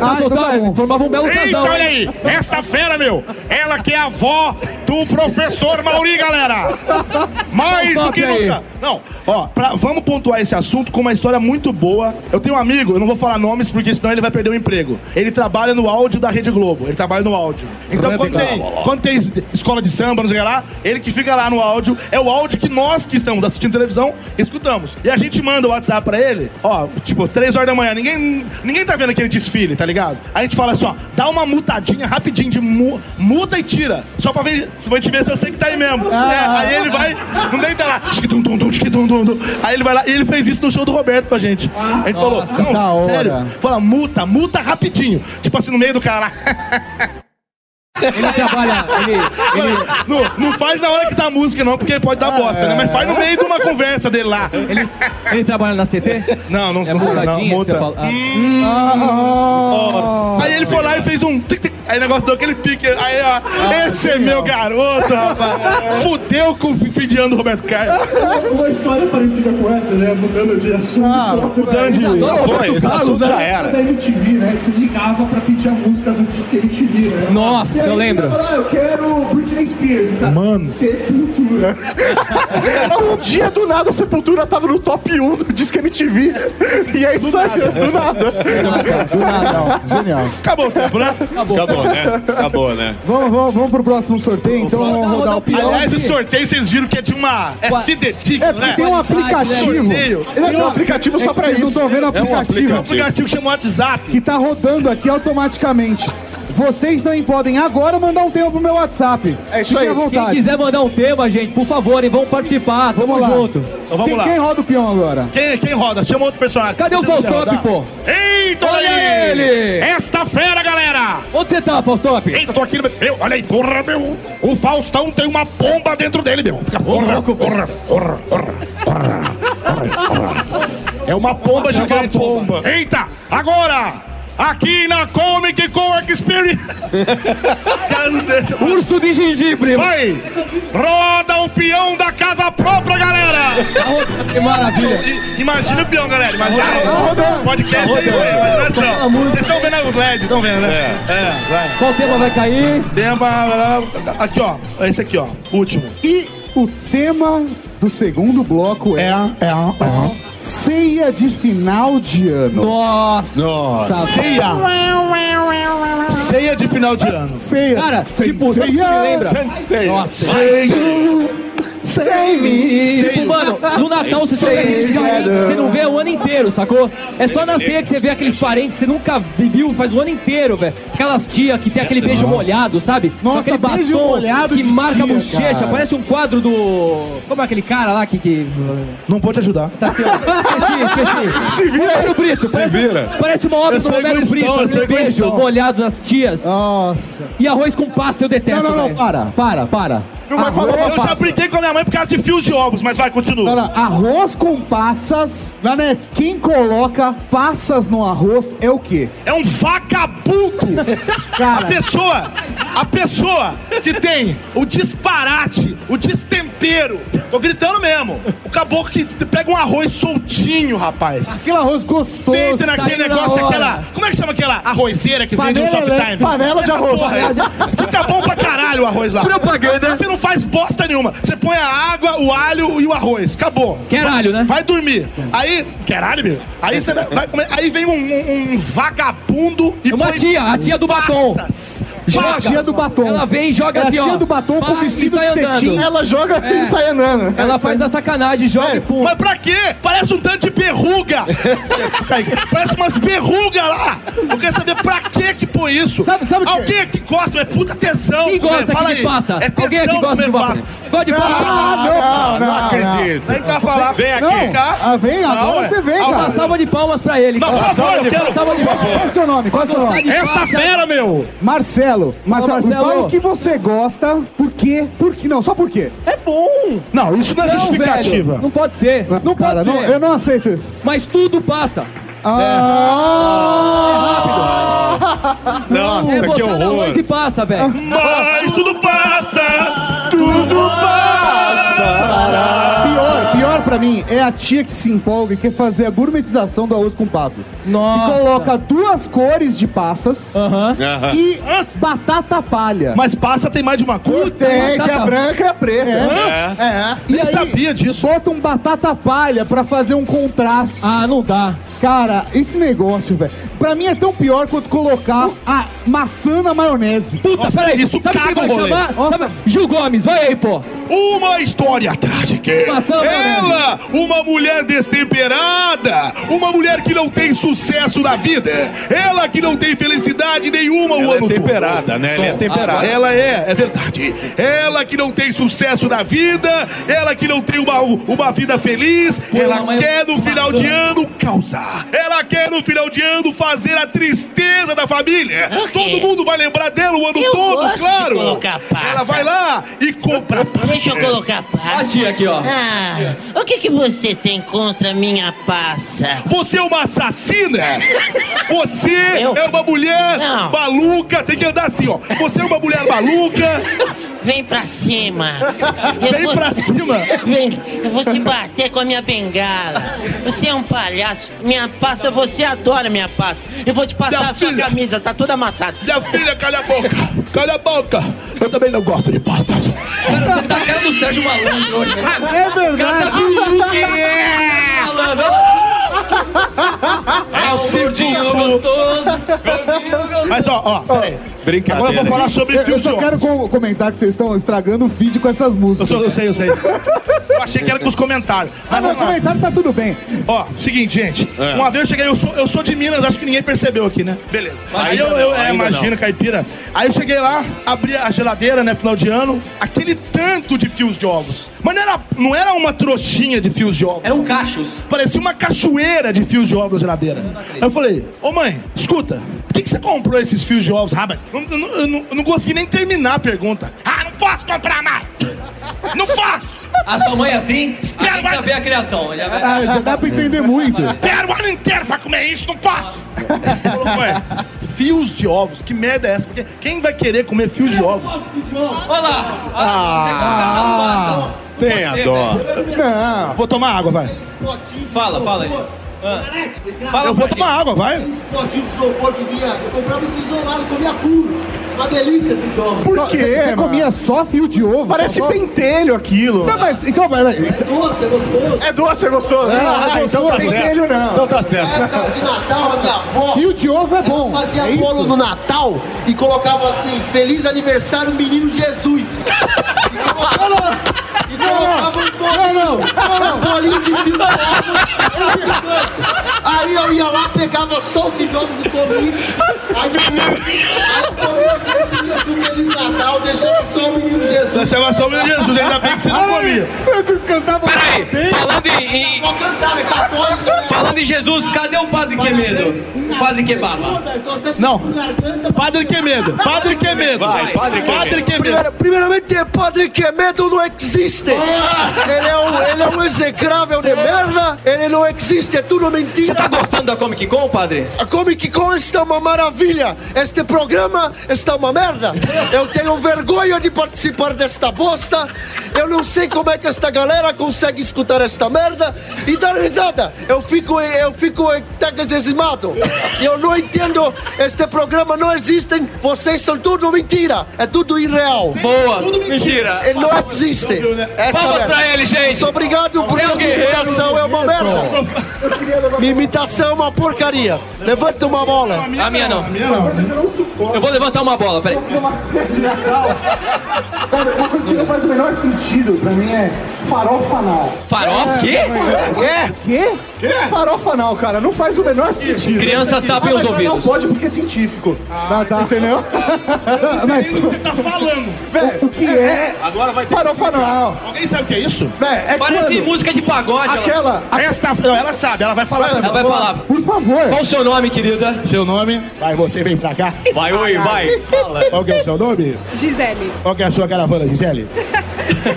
Ah, então tá soltar, bom. formava um belo Eita, casal. olha hein? aí! Essa fera, meu! Ela que é a avó do professor Mauri, galera! Mais do que Toque aí. nunca. Não, ó, pra- vamos pontuar esse assunto com uma história muito boa. Eu tenho um amigo, eu não vou falar nomes porque senão ele vai perder o emprego. Ele trabalha no áudio da Rede Globo. Ele trabalha no áudio. Então quando tem, quando tem es- escola de samba, não sei o que lá, ele que fica lá no áudio, é o áudio que nós que estamos assistindo televisão escutamos. E a gente manda o WhatsApp pra ele, ó, tipo, 3 horas da manhã, ninguém, ninguém tá vendo aquele desfile, tá ligado? A gente fala assim, ó, dá uma mutadinha rapidinho de mu- muta e tira. Só pra ver, se vai te ver se eu sei que tá aí mesmo. Ah. É, aí ele vai, não meio tá lá. tchiquidum, dum, dum, tchiquidum, dum, dum. Aí ele vai lá e ele fez isso no show do Roberto com a gente. Ah, A gente falou, Nossa, não, tá da hora. sério, fala, muta, muta rapidinho. Tipo assim, no meio do cara lá. Ele trabalha, ele, Ah, ele, Não, não faz na hora que tá a música, não, porque pode dar bosta, né? é. Mas faz no meio de uma conversa dele lá. ele, ele trabalha na CT? Não, não é não, não, moradinha. muta. você fala- ah, Hum. Aí ele foi lá e fez um. tic, tic. Aí o negócio deu aquele pique. Aí, ó. Ah, esse é meu garoto, rapaz. Fudeu com o fideando do Roberto Carlos. Uma história parecida com essa, né? Mudando de assunto. Ah, mudando de- Foi, esse assunto já Da era. MTV, né? Se ligava pra pedir a música do Disque MTV, né? Nossa, E aí eu lembro. ficava lá, eu quero Britney Spears. tá? O cara, Mano. é Sepultura. Um dia do nada a Sepultura tava no top 1 do Disque MTV. E aí saiu do nada. Genial. Acabou o tempo, né? Acabou, né? Acabou, né? Vamos, vamos, vamos pro próximo sorteio, então vamos rodar o peão. Aliás, o sorteio vocês viram que é de uma. É fidedigno, É porque né? tem um né, aplicativo. Sorteio. Ele tem um aplicativo só é que pra vocês não isso. estão vendo o É um aplicativo Um aplicativo Então, que chama WhatsApp. que tá rodando aqui automaticamente. Vocês também podem agora mandar um tema pro meu WhatsApp. É isso aí. à Quem vontade. quiser mandar um tema, gente, por favor, e vamos participar. Tamo Vamos lá. junto. Então vamos Quem, lá. quem roda o peão agora? Quem, quem roda? Chama outro personagem. Cadê o Você não quer Faustop, rodar? pô? Eita, olha Olha ele! ele! Esta fera, galera! Onde você tá, Faustop? Eita, tô aqui no... Meu, olha aí, porra, meu! O Faustão tem uma bomba dentro dele, meu! Fica porra, porra, porra, porra, porra, porra, porra. É uma bomba gigante! Bomba. Eita, agora! Aqui na Comic Con Experience... Os caras não deixam. Urso de gengibre. Vai! Roda o peão da casa própria, galera! Que maravilha. I- Imagina o peão, galera. Imagina. rodando. Podcast é isso aí, Aquela imaginação. música. Vocês estão vendo os LEDs, estão vendo, né? É, vai. Qual tema vai cair? Tem a palavra- Aqui, ó. Esse aqui, ó. Último. E o tema do segundo bloco é, ceia de final de ano. Nossa. Nossa. Ceia. Ceia de final de ano. Ceia. Cara, Ceia. tipo, sabe o que me lembra? Nossa. Tipo, mano, no Natal você só vê aqueles parentes que você não vê o ano inteiro, sacou? É só na ceia que você vê aqueles parentes que você nunca viu faz o ano inteiro, velho. Aquelas tias que tem aquele beijo molhado, sabe? Com Nossa, aquele beijo molhado que de marca tia, a bochecha. cara. Parece um quadro do... Como é aquele cara lá que... que... Não pode ajudar. Tá assim, ó. Esqueci, esqueci. Se vira. Romero Brito. Parece, vira. Parece uma obra Eu do sou Romero egoístão, Brito. eu sou aquele beijo egoístão. molhado nas tias. Nossa. E arroz com passa Não, eu detesto, não, não, velho. para, para, para. Não vai falar Eu já briguei com a minha mãe por causa de fios de ovos, mas vai, continua. Cara, arroz com passas. Nanete, quem coloca passas no arroz é o quê? É um vagabundo! A Cara, pessoa, a pessoa que tem o disparate, o destempero, tô gritando mesmo. O caboclo que t- pega um arroz soltinho, rapaz. aquele arroz gostoso. Feito naquele saindo na negócio, hora. aquela. Como é que chama aquela arrozeira que vende no Panela Shoptime? elétrica, panela de Essa arroz. porra aí. Fica bom pra caralho o arroz lá. é Propaganda. Você não faz bosta nenhuma. Você põe a água, o alho e o arroz. Acabou. Queralho, né? Vai dormir. Aí, caralho, meu. Aí você vai vai comer. Aí vem um, um- um vagabundo e É Uma põe tia, a tia do batom. Passas. É a Passas. tia do batom. Ela vem e joga É a assim, ó. tia do batom com Pá, vestido e sai de andando. É. cetim. É Ela joga e sai andando. Ela faz na sacanagem, joga e pum. Mas pra quê? Parece um tanto de perruga. Parece umas perrugas lá. Eu quero saber pra quê que põe isso. Sabe- sabe o quê? Alguém que gosta, é puta tesão. Quem comer. gosta Fala que aí. passa? É tesão Alguém que gosta comer de passa. passa? God de palma. não, não, não acredito. Vem cá falar. Vem aqui. Vem cá. Ah, vem, agora você vem, cara. Uma salva de palmas pra ele. Não, por cara. favor, eu quero- Uma salva de Qual palmas. é o seu nome? Qual é o seu nome? Vai gostar de Esta faixa. fera, meu! Marcelo, Marcelo, Marcelo. fala o que você gosta, tá, por quê? Por quê? Não, só por quê. É bom. Não, isso não é justificativa. velho, não pode ser. Não Cara, pode não, ser. eu não aceito isso. Mas tudo passa. Ah! Nossa, é botar que na horror. luz e passa, velho. Ah. Mas tudo passa, tudo passa. Pior, pior pra mim é a tia que se empolga e quer fazer a gourmetização do arroz com passas. Ah, Que Nossa. tá. coloca duas cores de passas Ah. Aham. e batata palha. Mas passa tem mais de uma cor? tem, que é branca e a preta. É. É. Nem sabia disso. Bota um batata palha pra fazer um contraste. Ah, não dá. Cara, esse negócio, velho. Pra mim é tão pior quanto colocar a maçã na maionese. Puta, Nossa, peraí. isso Sabe quem caga vai o rolê. chamar? Nossa. Sabe- Gil Gomes, vai aí, pô. Uma história trágica. Maçã, Ela, uma mulher destemperada, uma mulher que não tem sucesso na vida, ela que não tem felicidade nenhuma o Ela é ano temperada, todo. né? Ela é Som. temperada. Ah, ela é, é verdade. Ela que não tem sucesso na vida, ela que não tem uma, uma vida feliz, ela mas- quer no final Maçã. de ano causar. Ela quer no final de ano fazer a tristeza da família. Todo mundo vai lembrar dela o ano Eu todo, gosto de claro. colocar passa. Ela vai lá e compra Deixa eu colocar A passa. tia aqui, ó. Ah, o que, que você tem contra minha passa? Você é uma assassina? Você Eu? é uma mulher Não. maluca, tem que andar assim, ó. Você é uma mulher maluca, Vem pra cima. Eu vem vou- pra cima. Vem, eu vou te bater com a minha bengala. Você é um palhaço. Minha pasta, você adora minha pasta. Eu vou te passar Minha a sua filha. camisa, tá toda amassada. Minha filha, calha a boca, calha a boca. Eu também não gosto de patas. Cara, você tá a cara do Sérgio Malandro hoje, velho. É verdade. Malandro. Salsudinho gostoso. gordinho gostoso. Mas ó, ó, peraí. Agora eu Brincadeira. vou falar sobre Eu, eu fios de só óculos. quero co- comentar que vocês estão estragando o feed com essas Eu, músicas. só- eu sei, eu sei. Eu achei que era com os comentários. Ah, Mas não, vamos lá. comentário tá tudo bem. Ó, seguinte, gente. É. Uma vez eu cheguei, eu sou, eu sou de Minas, acho que ninguém percebeu aqui, né? Beleza. aí Ainda eu, eu não, é, ainda imagino, não. caipira. Aí eu cheguei lá, abri a geladeira, né, final de ano, aquele tanto de fios de ovos. Mas não era, não era uma trouxinha de fios de ovos. Eram cachos. Parecia uma cachoeira de fios de ovos na geladeira. Aí eu falei, ô mãe, escuta, por que, que você comprou esses fios de ovos? Ah, mas eu, não- eu não- eu não- eu não consegui nem terminar a pergunta. Ah, não posso comprar mais! Não posso! A sua mãe é assim? Espera, a gente já vai. vê a criação. Já vê. Ah, já dá pra entender muito. Quero o ano inteiro pra comer isso, não posso! Falou, "Ué, fios de ovos, que merda é essa? Porque quem vai querer comer fios de ovos? Olha lá. Ah, você cortava as massas. Tenha Pode ser, dó. velho. Não. Vou tomar água, vai. Fala, fala aí. Ah. Fala Eu vou pra tomar água, vai. Esse potinho de isopor que vinha, eu comprava esse isolado, comia puro. Uma delícia de jovens. Por quê? Você mano? comia só fio de ovo? Parece só... pentelho aquilo. Não, mas então, mas, mas, É doce, é gostoso. É doce, é gostoso. ah, então tá não tem telho, não. Então tá certo. Na É época de Natal, a minha avó Fio de ovo é bom. ela fazia é isso? bolo no Natal e colocava assim, Feliz aniversário, menino Jesus. E colocava- E colocava um bolinho, Não, não, um bolinho de fio de ovos no canto. Aí eu ia lá, pegava só o fio de ovos e bolinho. Aí assim, eu comia as meninas do Feliz Natal, deixava só o menino Jesus. Você vai só meu Jesus, ainda bem que você não comia. Vocês cantavam Peraí, falando em, em- Vou cantar, é católico, né? falando em Jesus, cadê o Padre Quemedo? O Padre Quebaba. Não. Padre Quemedo, Padre Quemedo. Vai, Padre Quemedo. Padre Quemedo. Primeira- primeiramente, é Padre Quemedo não existe. Ah. Ele é um, ele é um execrável de merda. Ele não existe, é tudo mentira. Você tá gostando da Comic Con, Padre? A Comic Con está uma maravilha. Este programa está uma merda. Eu tenho vergonha de participar desta bosta. Eu não sei como é que esta galera consegue escutar esta merda e dar risada. Eu fico, eu fico até que desesmado. Eu não entendo. Este programa não existe. Vocês são tudo mentira. É tudo irreal. Boa. Mentira. Ele não existe. Essa Palmas pra merda. ele, gente. Muito obrigado por É o minha guerreiro. imitação. É uma merda. Minha imitação é uma porcaria. Levanta uma bola. A minha não. Eu vou levantar uma bola, peraí. Uma ceia de Natal. Cara, uma coisa que não faz o menor sentido pra mim é farofanal. Farofa quê? É? Quê? Farofanal, cara, não faz o menor sentido. Crianças tapem Ah, os mas Não ouvidos. um pode porque é científico. Ah, tá. Entendeu? Mas- tá falando. Véi, o que é? Agora vai ter farofanal. Alguém sabe o que é isso? Véi, é Parece quando- música de pagode. Ah, Aquela. Esta, não, ela sabe, ela vai falar. Ela vai falar. Por favor. Qual o seu nome, querida? Seu nome? Vai, você vem pra cá. Vai, oi, vai. Fala. Qual que é o seu nome? Gisele. Qual que é a sua caravana, Gisele?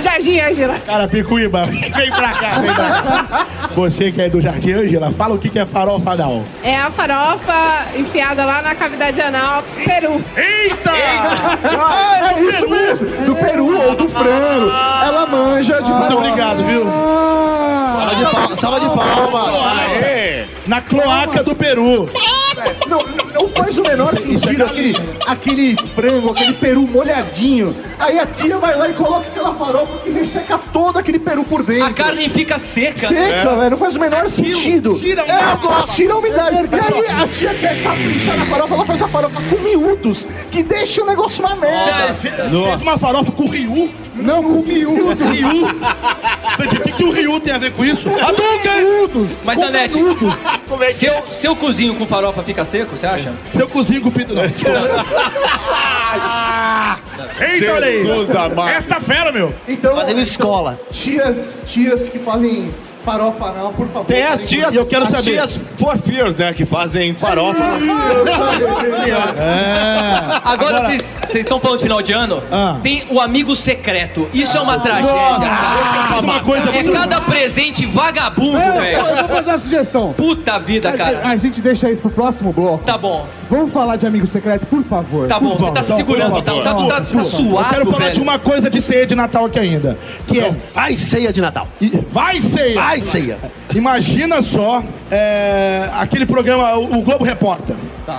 Jardim Angela. Cara, Picuíba, vem pra cá, vem pra cá. Você que é do Jardim Ângela, fala o que que é farofa não. É a farofa enfiada lá na cavidade anal, Peru. Eita! Ah, é isso mesmo. Do Peru ou do frango. Ela manja Ah, de farofa. Muito obrigado, viu? Salva de, pal- salva de palmas. Aê! Na cloaca do Peru. Não, não faz o menor sentido aquele, aquele frango, aquele peru molhadinho. Aí a tia vai lá e coloca aquela farofa que resseca todo aquele peru por dentro. A carne fica seca. Seca, velho, não faz o menor sentido. tira a é, umidade. agora, tira a umidade. E aí a tia quer caprichar na farofa, ela faz a farofa com miúdos, que deixa o negócio uma merda. Fez uma farofa com o Ryu. Não, com miúdos. O que, que o Ryu tem a ver com isso? miúdos. Mas, com Anete, é miúdos. seu, seu cozinho com farofa fica seco, você acha? Seu cozinho com o pinto não. Eita, olha aí. Jesus amado. Esta fera, meu. Então, Fazendo escola. tias, tias que fazem farofa não, por favor. Tem as tias, Eu quero as saber. tias for fears, né? Que fazem farofa. É, Agora vocês vocês estão falando de final de ano? Ah. Tem o amigo secreto. Isso é uma tragédia. Ah, uma coisa É cada presente vagabundo, velho. É, Eu vou fazer uma sugestão. Puta vida, cara. A gente deixa isso pro próximo bloco. Tá bom, Vamos falar de amigo secreto, por favor. tá bom. Você tá se segurando, tá, tá, tá, tá suado, Eu quero falar velho. de uma coisa de ceia de Natal aqui ainda. Que é. Vai ceia de Natal. e- Vai ceia! Vai ceia. Imagina só é, aquele programa, o o Globo Repórter. é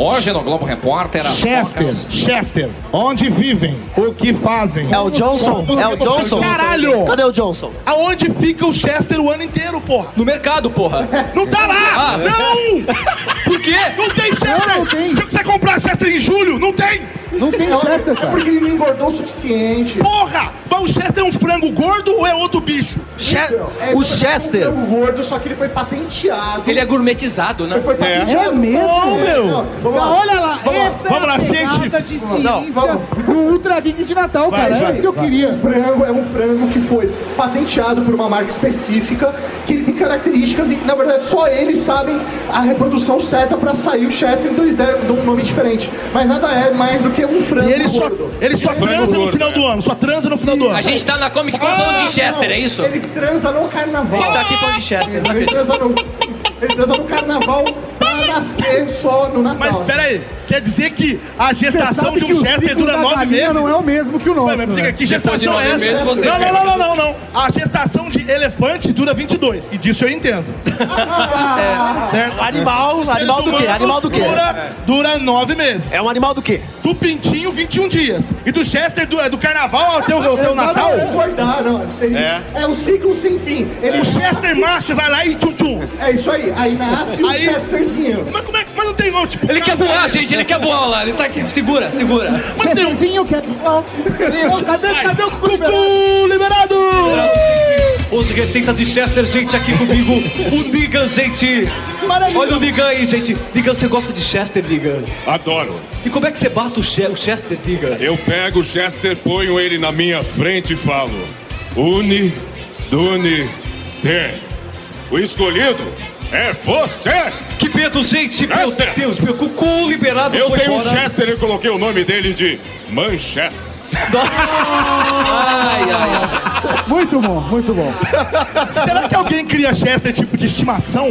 Hoje no Globo Repórter... as Chester, focas- Chester, onde vivem, o que fazem. É o Johnson? É o Johnson? Caralho! Cadê o Johnson? Aonde fica o Chester o ano inteiro, porra? No mercado, porra. Não tá lá! Ah. Não! Por quê? Não tem Chester! Não, não tem. Se você comprar Chester em julho, não tem! Não tem Chester, cara. É porque ele não engordou o suficiente. Porra! Mas o Chester é um frango gordo ou é outro bicho? Che- É, o mas Chester. Ele é um gordo, só que ele foi patenteado. Ele é gourmetizado, né? Ele foi patenteado. É mesmo? meu. Então, olha lá, essa vamos é a lá, pegada científico. de ciência do Ultra Geek de Natal, é Vai, isso aí, vai. queria. frango é um frango que foi patenteado por uma marca específica, que ele tem características e, na verdade, só eles sabem a reprodução certa pra sair o Chester, então eles deram dão um nome diferente. Mas nada é mais do que um frango E ele só, gordo. ele só transa no final do ano, só transa no final do ano. A gente tá na Comic Con falando de Chester, é isso? Ah, Ele transa no carnaval. Está aqui falando de Chester. tá Ele transa no, ele transa no carnaval pra nascer só no Natal. Mas peraí, quer dizer que a gestação sabe de que um o Chester ciclo dura da nove galinha meses? não é o mesmo que o nosso, Ué, mas fica, né? que gestação Depois de é nove essa? meses, você não, não, perde. não, não, não, não. A gestação de elefante dura 22, e disso eu entendo. Certo? Animal, animal do quê? Animal do quê? Dura, dura nove meses. É um animal do quê? Do pintinho, 21 dias. E do Chester, do, é, do carnaval até o, até o Natal, Não, acordar, não. Ele- é. um ciclo sem fim. Ele o Chester macho vai lá e tchum-tchum. É isso aí. Aí nasce Aí- o Chesterzinho. Mas como é que... Mas não tem não, tipo... Ele quer cara- voar, gente, ele quer voar lá. Ele tá aqui, segura, segura. Mas tem um... quer. Cadê, cadê o cucu? liberado! Os receitas de Chester, gente, aqui comigo. O Negan, gente. Olha o Negan aí, gente. Negan, você gosta de Chester, Negan? Adoro. E como é que você bate o, Che- o Chester, Negan? Eu pego o Chester, ponho ele na minha frente e falo: Une, Dune, Te. O escolhido é você! Que medo, gente. Meu Chester! Deus, meu cucu liberado Eu foi tenho um embora. Chester e coloquei o nome dele de Manchester. Ai, ai, ai. Muito bom, muito bom. Será que alguém cria Chester tipo de estimação?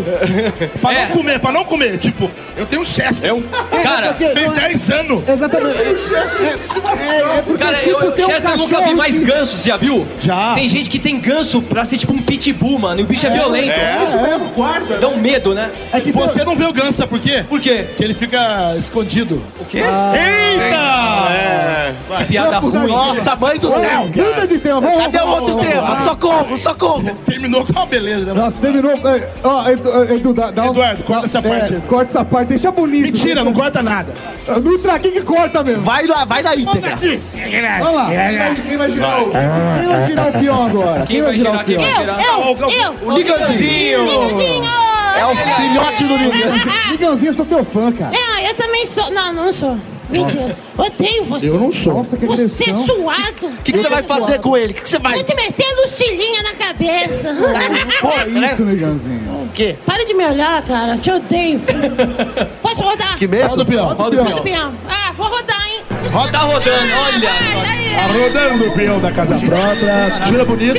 pra É. não comer, pra não comer. Tipo, eu tenho um É Chester. Eu Cara, fez 10 anos. Exatamente. Cara, tipo, eu, eu, tem um Chester eu nunca cachorro vi mais que- ganso, você já viu? Já. Tem gente que tem ganso pra ser tipo um pitbull, mano. E o bicho é, violento. Isso mesmo, guarda. Dá um medo, né? É que você não vê o Gansa, por quê? Por quê? Ah. Porque ele fica escondido. O quê? Eita! que piada ruim. Nossa, mãe do céu. Muda de tema. Cadê o outro tema? Socorro, É. socorro. Terminou com uma beleza, né? Nossa, terminou. é, Ó, Edu- é, Edu, dá, dá um- Eduardo, corta essa é, parte. corta essa parte, deixa bonito. Mentira, não corta nada. No traquinho que corta mesmo. Vai lá, vai daí, Tegra. Olha lá. Quem vai girar o... Quem vai girar o peão agora? Quem vai girar? Quem vai girar? O Liganzinho. É o filhote do Liganzinho. Liganzinho, eu sou teu fã, cara. Ah, Não, eu também sou. Não, não sou. Mentira. Odeio você. Eu não sou. Nossa, que Você é agressão. suado. O que que você vai fazer com ele? O que que você vai- Vou Tá te meter lucilinha na cabeça. Olha isso, Liganzinho. O quê? Para de me olhar, cara. Eu te odeio. Posso rodar? Que medo? Roda o peão. Roda o peão. Ah, vou rodar, hein? Roda rodando, olha. Tá rodando o peão da casa própria. Tira bonito.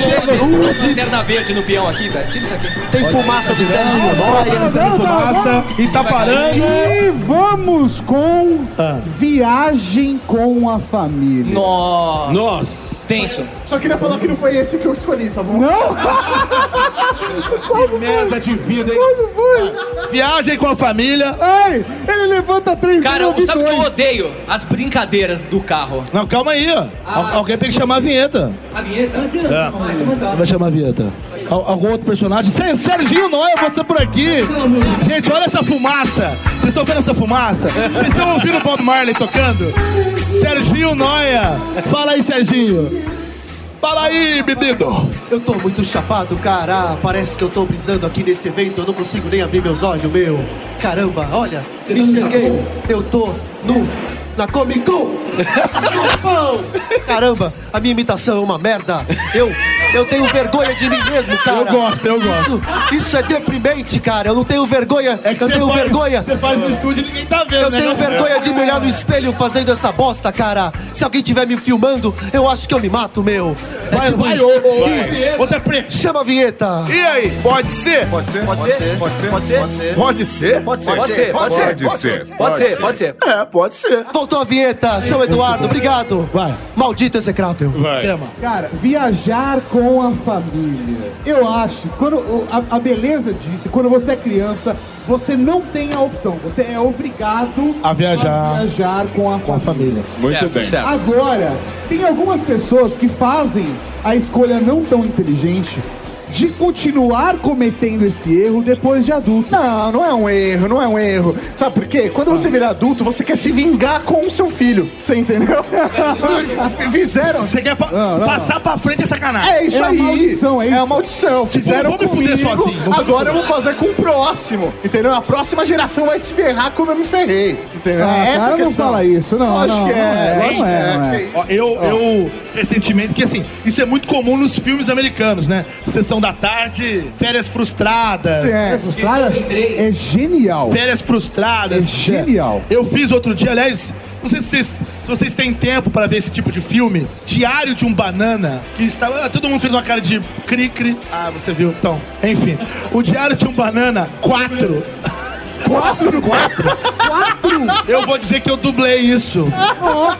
Chega luzes. Lanterna verde no peão aqui, velho. Tira isso aqui. Tem fumaça do Sérgio Tá Noia. fazendo fumaça. E tá parando. E vamos com Ah. Viagem com a Família. Nossa. Nós. Tenso. Só queria falar que não foi esse que eu escolhi, tá bom? Não? Que merda de vida, hein? Como foi? Viagem com a família. Ai, ele levanta três Cara, eu ouvi sabe o que eu dois. odeio? As brincadeiras do carro. Não, calma aí. ó. Ah. Al- alguém tem que chamar a vinheta. A vinheta? Vai chamar a vinheta. Al- algum outro personagem? Sé- Serginho Noia, você por aqui. Gente, olha essa fumaça. Vocês estão vendo essa fumaça? Vocês estão ouvindo o Bob Marley tocando? Serginho Noia. Fala aí, Serginho. Fala aí, menino. Eu tô muito chapado, cara. Parece que eu tô brisando aqui nesse evento. Eu não consigo nem abrir meus olhos, meu. Caramba, olha. me tá enxerguei. Eu tô no... Na Comic Con! No Japão. Caramba, a minha imitação é uma merda. Eu, eu tenho vergonha de mim mesmo, cara. Eu gosto, eu gosto. Isso, isso é deprimente, cara. Eu não tenho vergonha. É eu tenho faz, vergonha. Você faz no estúdio e ninguém tá vendo, Eu né? tenho vergonha de me olhar no espelho fazendo essa bosta, cara. Se alguém tiver me filmando, eu acho que eu me mato, meu. É Vai, tipo vai, isso. ô, ô, ô. Outra pre... Chama a vinheta. E aí? Pode ser? Pode ser, pode ser, pode ser, pode ser. Pode ser? Pode ser, Pode ser, pode ser. Pode ser. Pode ser, pode ser. É, pode ser. Voltou a vinheta, São Eduardo, obrigado. Vai. Maldito execrável. Tema. Cara, viajar com a família. Eu acho, quando o- a, a beleza disso, é quando você é criança, você não tem a opção. Você é obrigado A viajar. viajar com a Com a família. família. Muito Certo, bem. certo. Agora, tem algumas pessoas que fazem a escolha não tão inteligente de continuar cometendo esse erro depois de adulto. Não, não é um erro, não é um erro. Sabe por quê? Quando você vira adulto, você quer se vingar com o seu filho. Você entendeu? Fizeram. Você quer pa- passar pra frente é sacanagem. É isso É uma aí. maldição, é É isso. uma Tipo, maldição. Fizeram vou me comigo, fuder sozinho, vou me agora eu vou fazer com o próximo. Entendeu? A próxima geração vai se ferrar como eu me ferrei. Entendeu? Ah, é essa cara, a não questão. fala isso, não, Lógico não, que é. não é, lógico não é, que não é. que isso. Ó, Eu, eu, recentemente, porque assim, isso é muito comum nos filmes americanos, né? Sessão da tarde, férias frustradas. Essas caras é genial. Férias frustradas. É genial. Eu fiz outro dia, aliás, não sei se vocês, se vocês têm tempo pra ver esse tipo de filme. Diário de um Banana, que estava. ah, Todo mundo fez uma cara de cri-cri. Ah, você viu, então. Enfim. O Diário de um Banana 4. 4? 4? Eu vou dizer que eu dublei isso.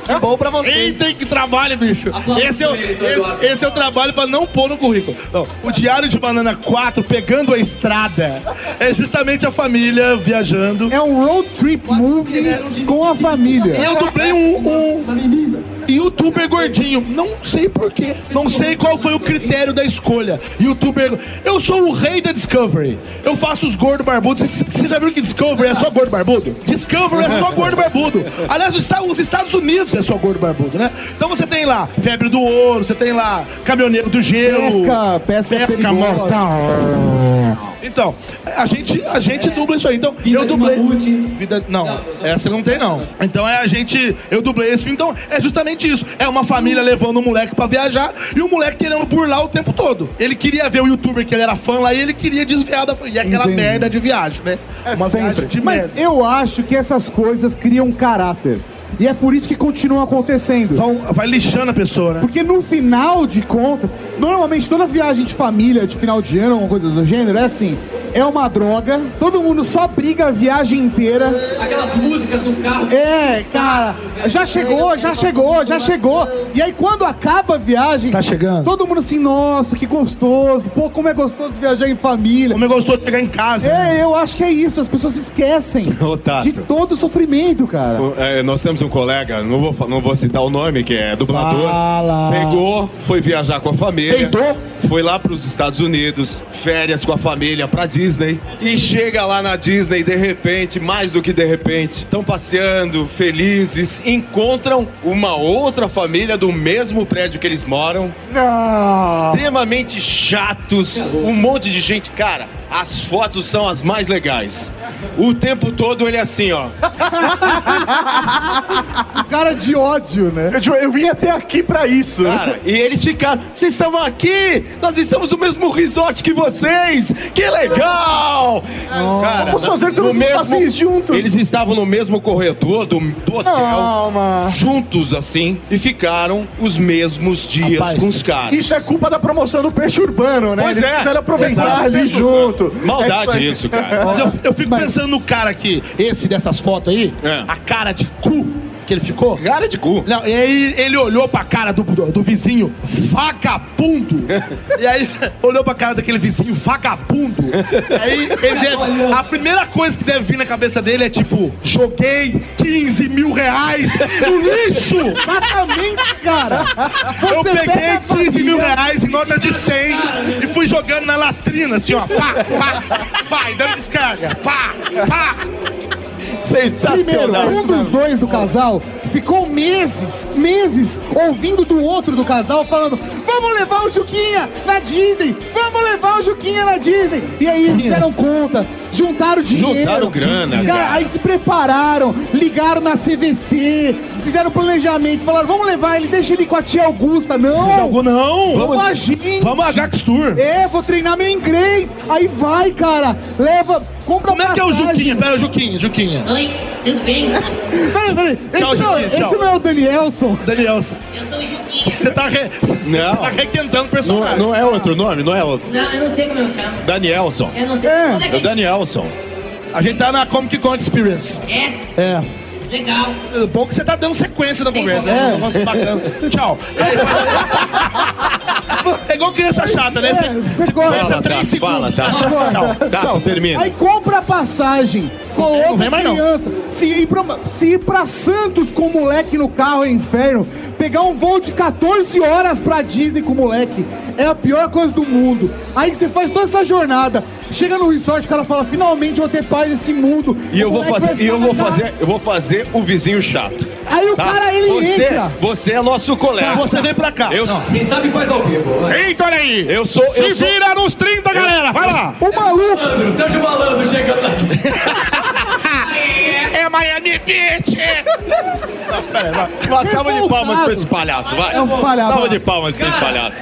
É bom pra você. Eita, que trabalho, bicho! Esse é, o, esse, esse é o trabalho pra não pôr no currículo. Não, o Diário de Banana 4, Pegando a Estrada, é justamente a família viajando. É um road trip movie com a família. Eu dublei um, um youtuber gordinho. Não sei porquê. Não sei qual foi o critério da escolha. Youtuber. Eu sou o rei da Discovery. Eu faço os gordos barbudos. Vocês vocês já viram que Discovery é só gordo barbudo? Discovery é só gordo barbudo. Aliás, os Esta- os Estados Unidos é só gordo barbudo, né? Então você tem lá febre do ouro, você tem lá caminhoneiro do gelo. Pesca, pesca, Pesca perigosa. mortal. Então, a gente, a gente dubla isso aí. Então, eu dublei. Vida, não, essa não tem, não. Então é a gente. Eu dublei esse filme. Então, é justamente isso. É uma família levando o moleque pra viajar e o moleque querendo burlar o tempo todo. Ele queria ver o youtuber que ele era fã lá e ele queria desviar da. E é aquela Entendi. merda de viagem, né? É uma viagem de Mas merda. eu acho que essas coisas criam caráter. E é por isso que continuam acontecendo. Vão- vai lixando a pessoa, né? Porque no final de contas, normalmente toda viagem de família, de final de ano, alguma coisa do gênero, é assim. é uma droga. Todo mundo só briga a viagem inteira. Aquelas músicas no carro. É, cara, já chegou, já chegou, já chegou. E aí quando acaba a viagem, tá chegando. Todo mundo assim, nossa, que gostoso. Pô, como é gostoso viajar em família. Como é gostoso chegar em casa. É, eu acho que é isso. As pessoas esquecem Ô, Tato. de todo o sofrimento, cara. O- é, nós temos um colega, não vou, fa- não vou citar o nome, que é dublador. Fala. Pegou, foi viajar com a família. Foi lá para os Estados Unidos, férias com a família, pra Disney. E chega lá na Disney, de repente, mais do que de repente, estão passeando, felizes, encontram uma outra família do mesmo prédio que eles moram. Não. Extremamente chatos, um monte de gente. Cara, as fotos são as mais legais. O tempo todo ele é assim, ó. Cara de ódio, né? Eu, eu vim até aqui pra isso. Cara, e eles ficaram. Vocês estavam aqui! Nós estamos no mesmo resort que vocês! Que legal! Cara, Vamos fazer no todos os passeios juntos. Eles estavam no mesmo corredor do, do hotel, juntos assim, e ficaram os mesmos dias Rapaz, com os caras. Isso é culpa da promoção do peixe urbano, né? Pois Eles é. quiseram aproveitar Exato. ali Peixe junto. É Maldade aí. isso, cara. Mas eu, eu fico pensando no cara aqui, esse dessas fotos aí, a cara de cu que ele ficou. É. Cara de cu. Não, e aí ele olhou pra cara do, do, do vizinho vagabundo. e aí olhou pra cara daquele vizinho vagabundo. E aí ele deve- a primeira coisa que deve vir na cabeça dele é tipo, joguei 15 mil reais no lixo. Exatamente, cara. Eu Você pega peguei a 15 mil família- reais em nota de 100 e fui jogando na latrina, assim, ó. Pá, pá, pá, e dando descarga. Pá, pá. Primeiro, um dos dois do casal ficou meses, meses, ouvindo do outro do casal falando: vamos levar o Juquinha na Disney! Vamos levar o Juquinha na Disney! E aí eles deram conta, juntaram dinheiro. Juntaram grana, Cara, cara. Aí se prepararam, ligaram na CVC, fizeram planejamento, falaram: vamos levar ele, deixa ele com a tia Augusta. Não! Não, não. Vamos, Vamos- a gente! vamos a Gax Tour. É, vou treinar meu inglês! Aí vai, cara! Leva, compra Como é que é o Juquinha? Pera, Juquinha, Juquinha. Oi, tudo bem? Peraí, peraí. Tchau, esse, não, Juquinha, esse tchau. não é o Danielson. Danielson. Eu sou o Juquinha. Você tá, re... você Não. tá requentando o Não, personagem. não é outro nome, não é outro. Não, eu não sei como eu chamo. Danielson. Eu não sei. Onde é que É o Danielson. A gente tá na Comic Con Experience. É, É. legal. Bom que você tá dando sequência na Tem conversa. como. né? Um negócio bacana. Tchau. É igual criança chata, né? Você, você conversa Fala, três tá, segundos. fala, tá. Agora. Tchau, tchau, termina. Aí compra a passagem, não coloca vem a mais não. criança. Se ir, pra, se ir pra Santos com o moleque no carro é inferno. Pegar um voo de 14 horas pra Disney com o moleque é a pior coisa do mundo. Aí você faz toda essa jornada, chega no resort, o cara fala: finalmente vou ter paz nesse mundo. E eu O vou moleque fazer, é vai e eu vou ficar- fazer, eu vou fazer o vizinho chato. tá? Aí o cara, ele você, entra. Você é nosso colega. Tá, você vem pra cá. Eu, Quem sabe faz ao vivo. Eita, olha aí! Eu sou. Se eu sou- vira nos 30, galera! Vai lá! O maluco. Malandro, Sérgio Malandro chegando lá. É Miami Beach! Uma salva de palmas Revoltado. pra esse palhaço, vai. É um palhaço. Salva de palmas pra esse Cara. palhaço.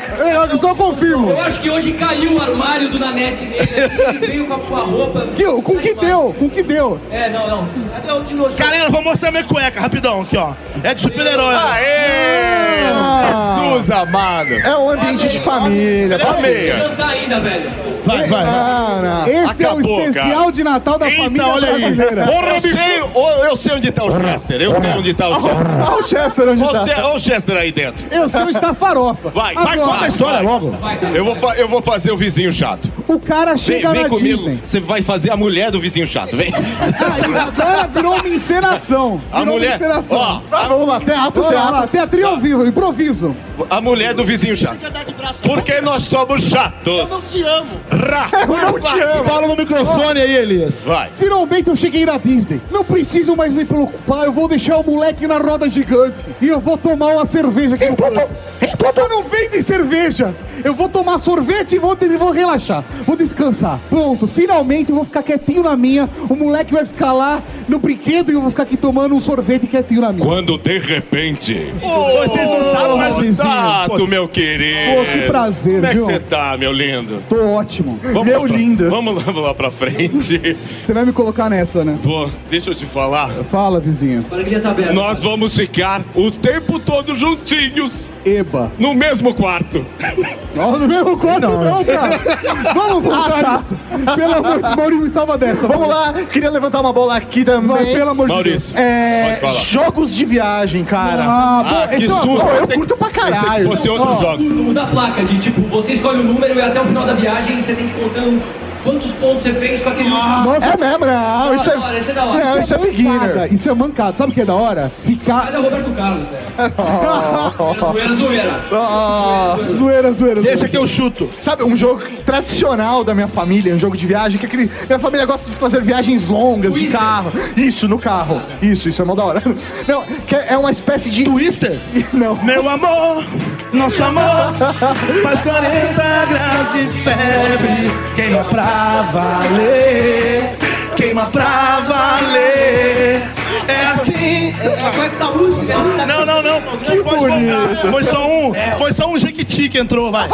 Eu só confirmo. Eu acho que hoje caiu o armário do Nanete nele. Ele veio com a, com a roupa. Que- com que deu? Com que deu? É, não, não. Cadê o dinossauro? Galera, vou mostrar minha cueca rapidão aqui, ó. É de super-herói. Aê! Jesus amado! É um ambiente de família. Amei! Jantar Tá ainda, velho. Vai, vai. Esse é Acabou, o especial cara. de Natal da família brasileira. eu, sei, ô, eu sei onde tá o Chester, eu sei onde tá o Chester. Olha o Chester onde tá. Você, olha o Chester aí dentro. Eu sou o estafarofa. Vai, vai, Agora, conta a história logo. Eu vou, fa- eu vou fazer o vizinho chato. O cara Vem, chega vem na comigo, Disney. você vai fazer a mulher do vizinho chato, vem. Aí agora virou uma encenação. Virou A Uma mulher, encenação. ó, Ah, vamos lá, teatro, Olha teatro. lá, teatrinho ao vivo, improviso. a mulher do vizinho chato. Porque nós somos chatos. Te amo. Eu te amo. Fala no microfone aí, Elias. Vai. Finalmente eu cheguei na Disney. Não preciso mais me preocupar, eu vou deixar o moleque na roda gigante. E eu vou tomar uma cerveja aqui no Eu não vende cerveja! Eu vou tomar sorvete e vou, de- vou relaxar. Vou descansar. Pronto, finalmente eu vou ficar quietinho na minha. O moleque vai ficar lá no brinquedo e eu vou ficar aqui tomando um sorvete quietinho na minha. Quando de repente. Vocês não sabem, mas vizinho. Tato, meu querido. Pô, que prazer, Como é que viu? você tá, meu lindo? Tô ótimo. ótimo. Meu lá pra- lindo. Vamos lá, lá pra frente. Você vai me colocar nessa, né? Pô, deixa eu te falar. Fala, vizinho. tá Nós vamos ficar o tempo todo juntinhos. Eba. No mesmo quarto. Não, no mesmo quarto não, cara. Vamos voltar nisso. Pelo amor de Deus, Maurício, me salva dessa. Vamos Ah, lá, queria levantar uma bola aqui também. Vai, pelo amor de Maurício, Deus. É, pode falar. jogos de viagem, cara. Ah, Ah, que susto. então, pô, eu Pensei- curto pra pensei caralho. que fosse outro Ó, jogo. Muda a placa de tipo, você escolhe um número e até o final da viagem você tem que ir contando quantos pontos você fez com aquele último. Nossa, é mesmo, não. Isso é, Da hora, isso é da hora. não, isso é mancada, beginner. Isso é mancado. Sabe o que é da hora? Ficar. Cadê o Roberto Carlos, velho? Zoeira, Zoeira, zoeira. Zoeira, zoeira. Deixa que eu chuto. Sabe, um jogo tradicional da minha família, um jogo de viagem, que aquele. Minha família gosta de fazer viagens longas de carro. Isso, no carro. Isso, isso é mó da hora. Não, que é uma espécie de. Twister? Não. Meu amor, nosso amor, faz 40 graus de febre. Queima pra valer, queima pra valer. É assim. É com essa música? Não, não, não. Que foi, um. bonito. foi só um. Foi só um Jequiti que entrou, vai.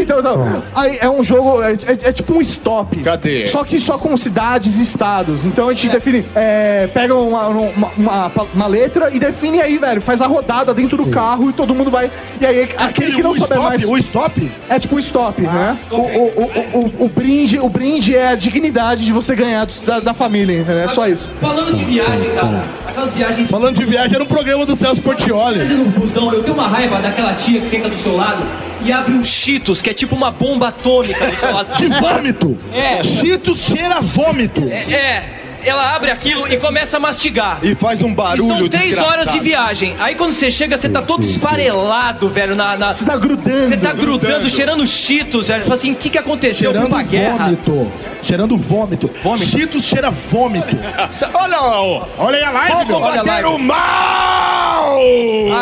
então, então, aí é um jogo, é, é- é tipo um stop. Cadê? Só que só com cidades e estados. Então a gente define, é, pega uma, uma, uma- uma letra e define aí, velho. Faz a rodada dentro do carro e todo mundo vai. E aí aquele, que não o souber um stop, mais. o stop? É tipo o stop, né? O, o- o- o- o brinde, o brinde é a dignidade de você ganhar dos- da, da família, entendeu? É só isso. Falando de viagem, cara, aquelas viagens. Falando de viagem, era um programa do Celso Portioli. Fazendo um fusão, eu tenho uma raiva daquela tia que senta do seu lado e abre um Cheetos, que é tipo uma bomba atômica do seu lado. De vômito. É. Cheetos cheira a vômito. É. Ela abre aquilo e começa a mastigar. E faz um barulho E são três desgraçado. horas de viagem. Aí quando você chega, você tá todo esfarelado, velho. Na, na... Você tá grudando. Você tá grudando, Grudando. cheirando cheetos, velho. Fala assim, o que, que aconteceu? Foi uma guerra. vômito. Cheirando vômito. Vômito. Cheetos cheira vômito. Olha lá, ó. Olha aí a live, Vou meu. Olha a combater live. o mal!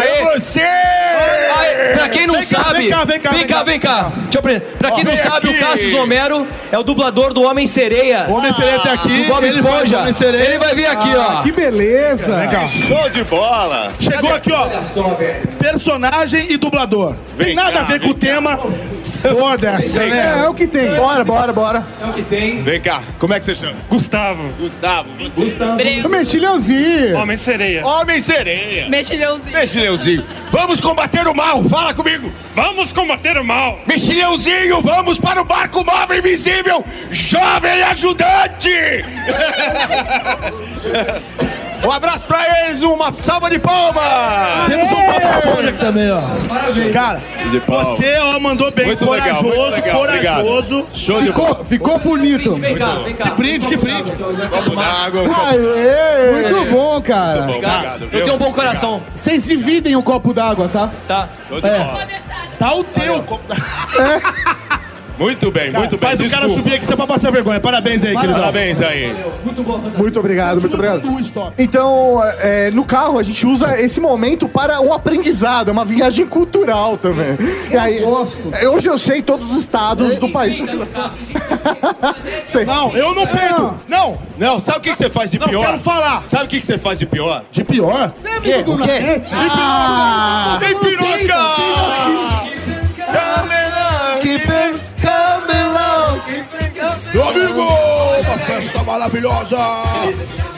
É você! Aí, pra quem não Vem cá, sabe. vem cá, vem cá, Vem vem cá, cá. vem cá. Deixa eu apre- Pra Ó, quem não vem sabe, o aqui. Cassius Homero é o dublador do Homem Sereia. O Homem Sereia tá aqui, Do Bob ele faz o Esponja. Homem Sereia. Ele vai vir aqui, ó. Ah, Que beleza. Vem cá. Show de bola! Chegou aqui, ó. Personagem e dublador. tem nada a ver com o tema. Foda-se, Vem né? cá. É o que tem. Bora, bora, bora. É o que tem. Vem cá, como é que você chama? Gustavo. Gustavo. O mexilhãozinho. Homem sereia. Homem sereia. Mexilhãozinho. Mexilhãozinho. Vamos combater o mal, fala comigo. Vamos combater o mal. Mexilhãozinho, vamos para o barco móvel invisível. Jovem ajudante. um abraço pra eles, uma salva de palmas. Temos um papo esponja aqui também, ó. Parabéns. Cara, De palma. você, ó, mandou bem. Muito legal, corajoso, muito legal, corajoso. Show de bola. Ficou, ficou bonito. Vem cá, vem cá. Que brinde, que brinde. Copo d'água. copo- Aê! Muito bom, cara. Bom, Obrigado, Eu viu? tenho um bom coração, Vocês dividem o copo d'água, tá? tá? Show de bola. Tá o teu. Muito bem, muito bem. Faz o cara desculpa. subir aqui, você é pra passar vergonha. Parabéns aí, querido. Parabéns aí. Muito bom, Muito obrigado, muito obrigado. Então, é, no carro, a gente usa esse momento para um aprendizado, é uma viagem cultural também. E aí, é, Hoje eu sei todos os estados do país. Sei. Não, eu não peido. Não, Não, sabe o que, que você faz de não pior? quero falar. Sabe o que, que você faz de pior? De pior? É amigo do Nanete? Ah, Tem piroca! Meu amigo, uma festa maravilhosa.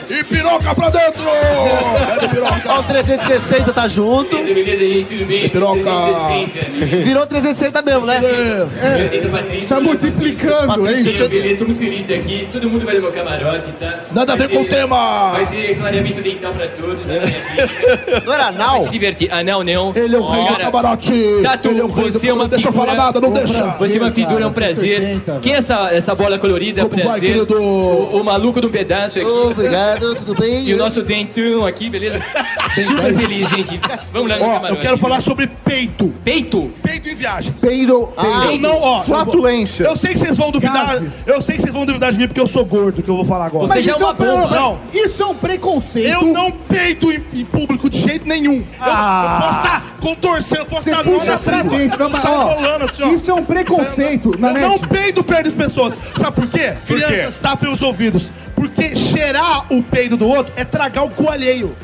E piroca pra dentro. É Cadê piroca? Ó, o 360 tá junto. Virou 360 mesmo, né? É. Tá multiplicando, hein? Patrícia, muito feliz daqui. Todo mundo vai levar camarote, tá? Nada a ver com o tema. ter clareamento dental pra todos. tá? Não era anal? Se divertir. Ah, não, não. Ele é o rei do camarote. Tatu, Ele é o rei do você é uma camarote. Deixa eu figura- falar nada, não deixa. Você é uma figura, é um prazer. Quem né? é essa, essa bola colorida? É um Como vai, prazer. querido? O, o maluco do pedaço aqui. Obrigado, tudo bem? E o nosso dentão aqui, beleza? Super feliz, gente. Vamos lá no Ó, camarote. eu quero falar sobre peito. Peito. Peito em viagens. Peido, Ah, eu não, ó. eu vou- Flatulência. Eu sei que vocês vão duvidar. Gases. Eu sei que vocês vão duvidar de mim porque eu sou gordo, que eu vou falar agora. Você Mas já é isso uma pre- bomba. Não. Isso é um preconceito. Eu não peito em, em público de jeito nenhum. Eu- Eu, posso estar contorcendo, eu posso tá assim, Você estar puxa pra dentro. Não, mas, ó, rolando assim, ó. isso é um preconceito, Eu não Nanete. peido perto das pessoas. Sabe por quê? Por quê? Crianças tapem os ouvidos. Porque cheirar o peido do outro é tragar o cu alheio.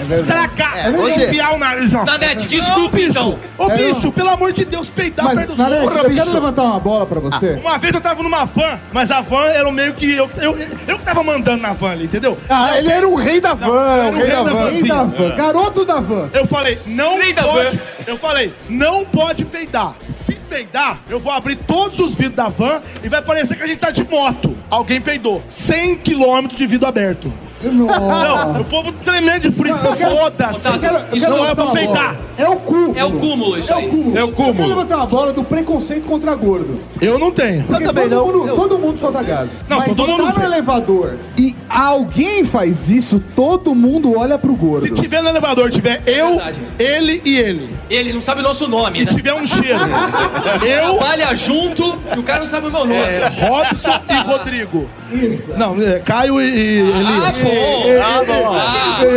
Estragar, É verdade. enfiar o nariz. ó. Nanete, desculpe, Ô, bicho, então. Ô, É, bicho, não. pelo amor de Deus, peidar Mas, perto dos Nanete, outros, eu bicho. quero levantar uma bola pra você. Uma vez eu tava numa van, mas a van era o meio que. Eu, eu, eu que tava mandando na van ali, entendeu? Ah, ele um era o rei da van, eu era um o rei da van. Rei da van, É. garoto da van. Eu falei, não pode. Eu falei, não pode peidar. Se peidar, eu vou abrir todos os vidros da van e vai parecer que a gente tá de moto. Alguém peidou. 100 quilômetros de vidro aberto. Não, o povo tremendo de frio. Ah. Eu quero- Foda-se. eu quero- eu Isso quero não é levantar pra uma peidar. bola. É o cúmulo. É o cúmulo isso É aí. o cúmulo. É o cúmulo. Eu quero levantar uma bola do preconceito contra gordo. Eu não tenho. Porque também todo não. Mundo, Eu- Todo mundo solta gases. Não, Mas todo você mundo tá no elevador e alguém faz isso, todo mundo olha pro gordo. Se tiver no elevador, tiver eu, ele e ele. Ele não sabe o nosso nome, E né? tiver um cheiro. Eu... eu. Trabalha junto e o cara não sabe o meu nome. Ah, É, Robson e Rodrigo. Isso. Não, é, Caio e, e Ah, Elias. bom. Ah, bom. Ah. É,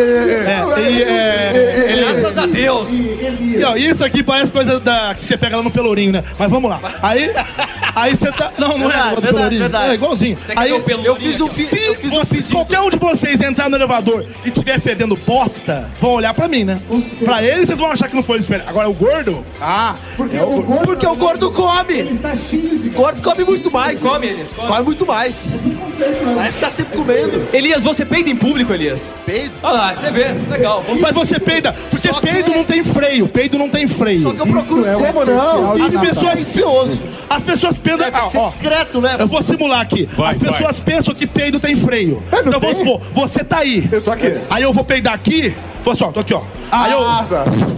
e, é, É, graças a Deus. Não, isso aqui parece coisa da, que você pega lá no Pelourinho, né? Mas vamos lá. Aí. Aí você tá. Não, não Verdade, é igual do verdade, Pelourinho. verdade. É igualzinho. Você quer Aí ver o Pelourinho eu fiz um, aqui? se Eu fiz um você- qualquer um de vocês entrar no elevador e tiver fedendo bosta, vão olhar pra mim, né? Pra eles, vocês vão achar que não foi eles esperando. Agora o gordo. Ah, porque É o, gordo, porque o gordo come. Ele está cheio de. Gordo come muito mais. Come, Elias, come. Vai muito mais. Parece que tá sempre comendo. Elias, você peida em público, Elias? Peido? Olha lá, você vê. Legal. Mas você peida, porque é. peido não tem freio, peido não tem freio. Só que eu procuro Isso é um ser- especial de As Natal. pessoas ansioso. As pessoas peidam. É, tem que ser ó, ó, discreto, né? Eu vou simular aqui. As pessoas pensam que peido tem freio. então vamos supor, você tá aí. Eu tô aqui. Ah, Aí eu vou peidar aqui. Vou só, tô aqui, ó. Aí eu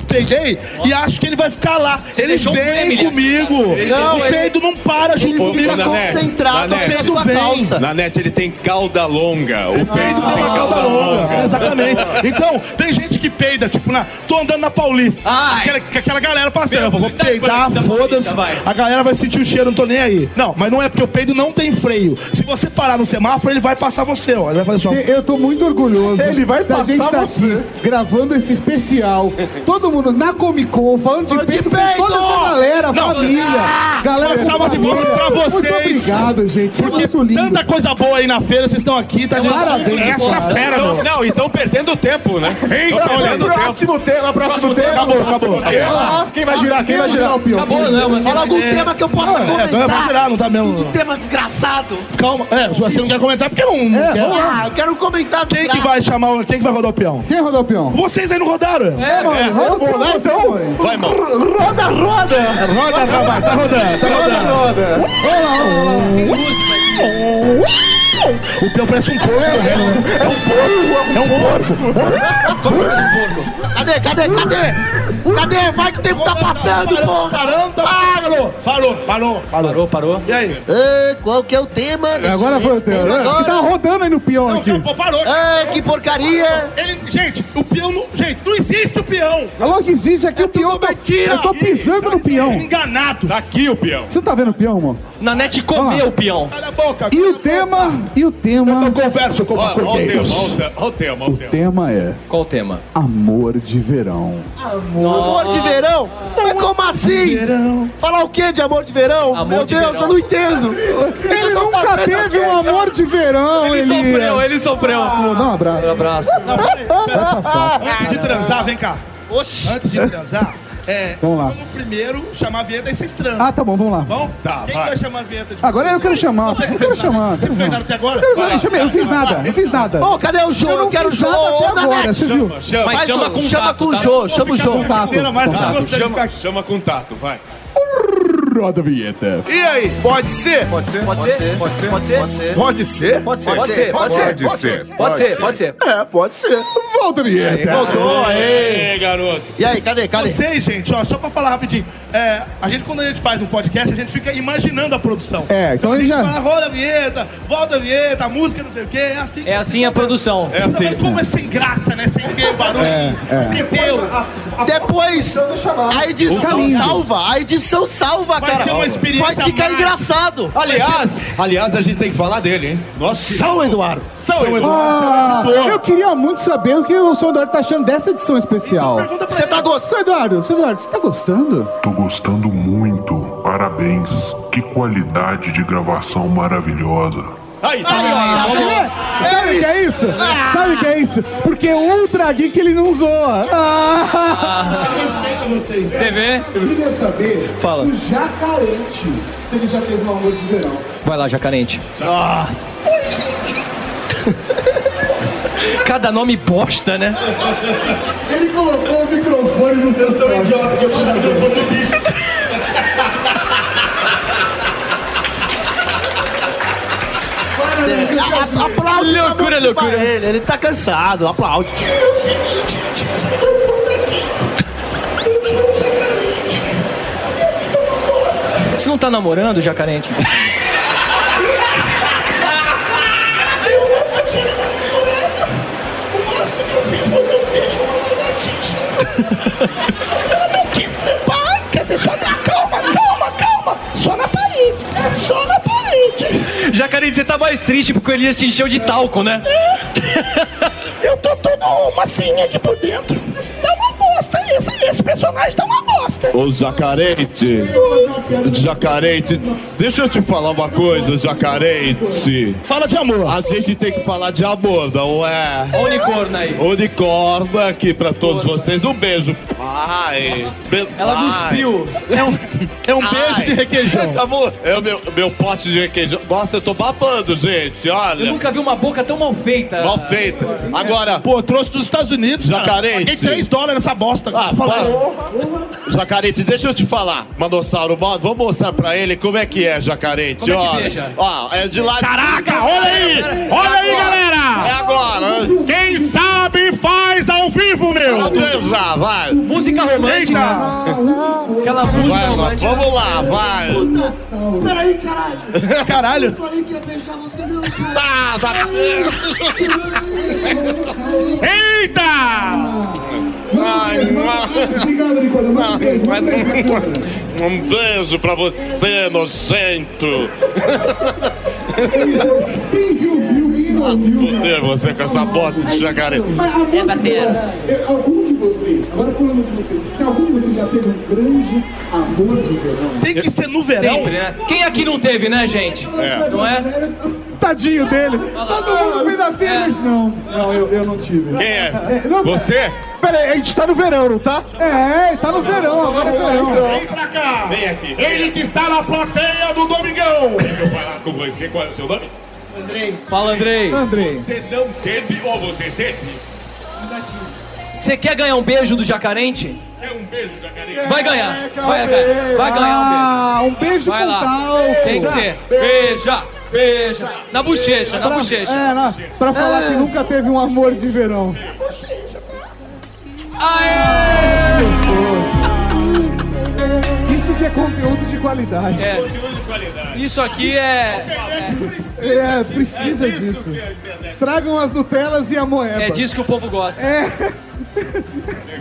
peidei e acho que ele vai ficar lá. ele deixou um vem Emily. comigo. Ele- o ele- peido não para junto Ô, comigo. Então, Nanete, Nanete, o peido vem. Nanete, ele tem cauda longa. O peido tem Uma tá uma calda longa. Ah, Exatamente. Então, tem gente que peida, tipo, na, tô andando na Paulista. Aquela, aquela galera passando. Eu tá vou peidar, foda-se. A galera vai sentir o cheiro, não tô nem aí. Não, mas não é porque o peido não tem freio. Se você parar no semáforo, ele vai passar você, ó. Ele vai fazer só. Eu tô muito orgulhoso. Ele vai da passar gente tá você. aqui gravando esse especial. Todo mundo na Comic Con falando de peito, com peito! toda essa galera, Não. família. Ah! galera, Uma com salva de família. palmas pra vocês. Muito obrigado, gente. Porque tanta coisa boa aí na feira, vocês estão aqui, É um tá Parabéns, Essa cara. fera, Não, meu. Então, Não, e estão perdendo tempo, né? Eita, Tão olha, perdendo próximo tema, próximo tema. Acabou, acabou. Próximo tema. Acabou. Quem vai girar? Quem vai girar? Acabou, né? não, mas- Fala algum É. tema que eu possa Não, é, comentar. não, eu vou girar, não tá mesmo. Um tema desgraçado. Calma, é, você não quer comentar porque não. não É, quer. vamos lá. Ah, eu quero comentar Quem que vai chamar o. Quem que vai rodar o peão? Quem rodou o peão? Vocês aí não rodaram? É, mano, roda o peão você, mano. Vai, mano. Roda, roda! Roda, trabalho, tá rodando, tá rodando. Roda, roda. O peão parece um porco, né? É um porco, é um porco. Como é um porco? Cadê, cadê, cadê? Cadê? Vai que o tempo tá passando, pô. Parando, um parou, parou, parou, parou, parou. E aí? Ah, qual que é o tema? Deixa Agora eu ver foi o tema. Que tá rodando aí no peão aqui. É, Pô, parou. Ah, que porcaria. Ele, gente, o peão não. Gente, não existe o peão. Logo existe É aqui o peão. tá- Eu tô pisando no peão. Enganado. Aqui o peão. Você tá vendo o peão, mano? Na net comeu o peão. Cala a boca. E o tema? E o tema? Eu converso com Ó, ó o tema, ó o tema, ó o tema, ó o O tema. tema é. Qual o tema? Amor de verão. Amor de verão? Mas como assim? Falar o quê de amor de verão? Meu de Deus, verão. eu não entendo. Ele nunca teve um amor de verão, Ele ele. sofreu, ele sofreu. Pô, dá um abraço. tá abraço. Antes de transar, vem cá. Oxi. Antes de transar, é. Vamos lá. Primeiro, chamar a vinheta e vocês transam. Ah, tá bom, vamos lá. Bom, tá, Quem vai. vai chamar a vinheta? de Agora vocês? eu quero chamar. Você Eu não quero fez nada. chamar. Você não fez nada até agora? Eu quero- Vai lá, eu chamei, eu não fiz vai lá, nada, vai não fiz lá. nada. Ô, cadê o Jô? Eu, Eu não quero o fiz Jô. nada Ô, até agora, Nanete. você viu? Chama, Mas chama chama com com um. chama tá? com o Jô, chama o Jô. Contato. Chama, chama contato, vai. Roda a vinheta. E aí, pode ser? Pode ser? Pode ser? Pode ser? Pode Pode ser? ser? Pode ser? Pode ser? Pode ser? Pode ser. Pode ser? Pode ser? É, pode ser. Volta a vinheta. Voltou, aí. Ei, garoto. E aí, cadê, cadê? Vocês, gente, ó, só pra falar rapidinho. É, a gente, quando a gente faz um podcast, a gente fica imaginando a produção. É, então ele A gente já. fala, roda a vinheta, volta a vinheta, a música, não sei o quê. É assim. É assim a produção. É assim. Mas como é sem graça, né? Sem ter barulho, sem ter... Depois, a edição Caminho. salva. A edição salva, Vai cara. ser uma experiência Faz ficar mágica. engraçado. Aliás, aliás, a gente tem que falar dele, hein? Nossa. São Eduardo. São, Ah, Eduardo. eu queria muito saber o que o seu Eduardo tá achando dessa edição especial. Você tá Seu gostando? Eduardo, seu Eduardo, você tá gostando? Tô gostando muito. Parabéns. Que qualidade de gravação maravilhosa. Aí, tá é Ah, bom. quer ver? Sabe o que é isso? Ah. Sabe o que é isso? Porque o Ultra Geek ele não zoa. Ah. respeito vocês. Você vê? Eu queria saber Fala. do Jacarente se ele já teve um amor de verão. Vai lá, Jacarente. Nossa! Cada nome bosta, né? Ele colocou o microfone no Eu sou um idiota que eu pus o microfone no bicho. É. A- a- Aplaude loucura, loucura. Ele, ele tá cansado, aplaude. É o seguinte, tira esse microfone daqui. um Eu sou um o Jacarente. A minha vida é uma bosta. Você não tá namorando, Jacarente? Eu nunca tive uma namorada. O máximo que eu fiz foi dar um beijo numa lagartixa. Eu não quis trepar. Quer dizer, só na... Calma, calma, calma. Só na parede. Só na parede. Jacarente, você tá mais triste porque o Elias te encheu de talco, né? Eu tô todo uma senha aqui por dentro. Tá uma bosta. Esse, esse personagem tá uma bosta. Ô Jacarente, Jacarente, deixa eu te falar uma coisa, Jacarente. Fala de amor. A gente tem que falar de amor, não é? Unicorno aí. Unicorno aqui pra todos vocês. Um beijo, pai. Ela cuspiu. É um, é um beijo de requeijão. Tá bom. É o meu, meu pote de requeijão. Nossa, eu tô babando, gente, olha. Eu nunca vi uma boca tão mal feita. Mal feita. Agora. Pô, trouxe dos Estados Unidos. cara. Jacarente. Paguei 3 dólares nessa bosta. Ah, Fala. fala. Jacarente, deixa eu te falar. Manossauro, bom, vou mostrar pra ele como é que é, Como Jacarente. é que olha. deixa? Ó, é de lá. Caraca, olha aí! Olha aí, galera! É agora. Tá Quem sabe faz ao vivo, meu! Vamos lá, vai. Música romântica. Aquela música Vai, romântica. vamos lá, vai. Peraí, caralho. Caralho. Eu falei que ia beijar você, não. Tá, tá. Eita! Ai, Obrigado, Nicolas. Um beijo. Um beijo. Um beijo pra você, nojento. Quem viu, viu. Quem não viu, Cadê Ah, você com essa bosta de jacaré? É bater. Algum de vocês, agora falando de vocês, se algum de vocês já teve um grande amor de verão? Tem que ser no verão. Sempre, né? Quem aqui não teve, né, gente? É. Não é? Tadinho dele. Todo mundo fez assim, É. mas não. Não, eu, eu não tive. Quem é? não- Você? Pera aí, a gente tá no verão, não tá? É, tá no verão, agora é verão. Vem pra cá! Vem aqui. Ele que está na plateia do Domingão! Eu vou falar com você, qual é o seu nome? Andrei. Fala, Andrei. Andrei. Você não teve ou você teve? Você quer ganhar um beijo do Jacarente? É um beijo, jacaré. Vai ganhar. Vai ganhar. Vai Ah, ganhar um beijo. Vai lá. Tem É, que ser. Beija, beija. Na bochecha, na Pra- bochecha. É, na- pra falar que nunca teve um amor de verão. Isso que é conteúdo de qualidade. É. Isso aqui é. É, precisa disso. Tragam as Nutelas e a moeba. É disso que o povo gosta. É. É,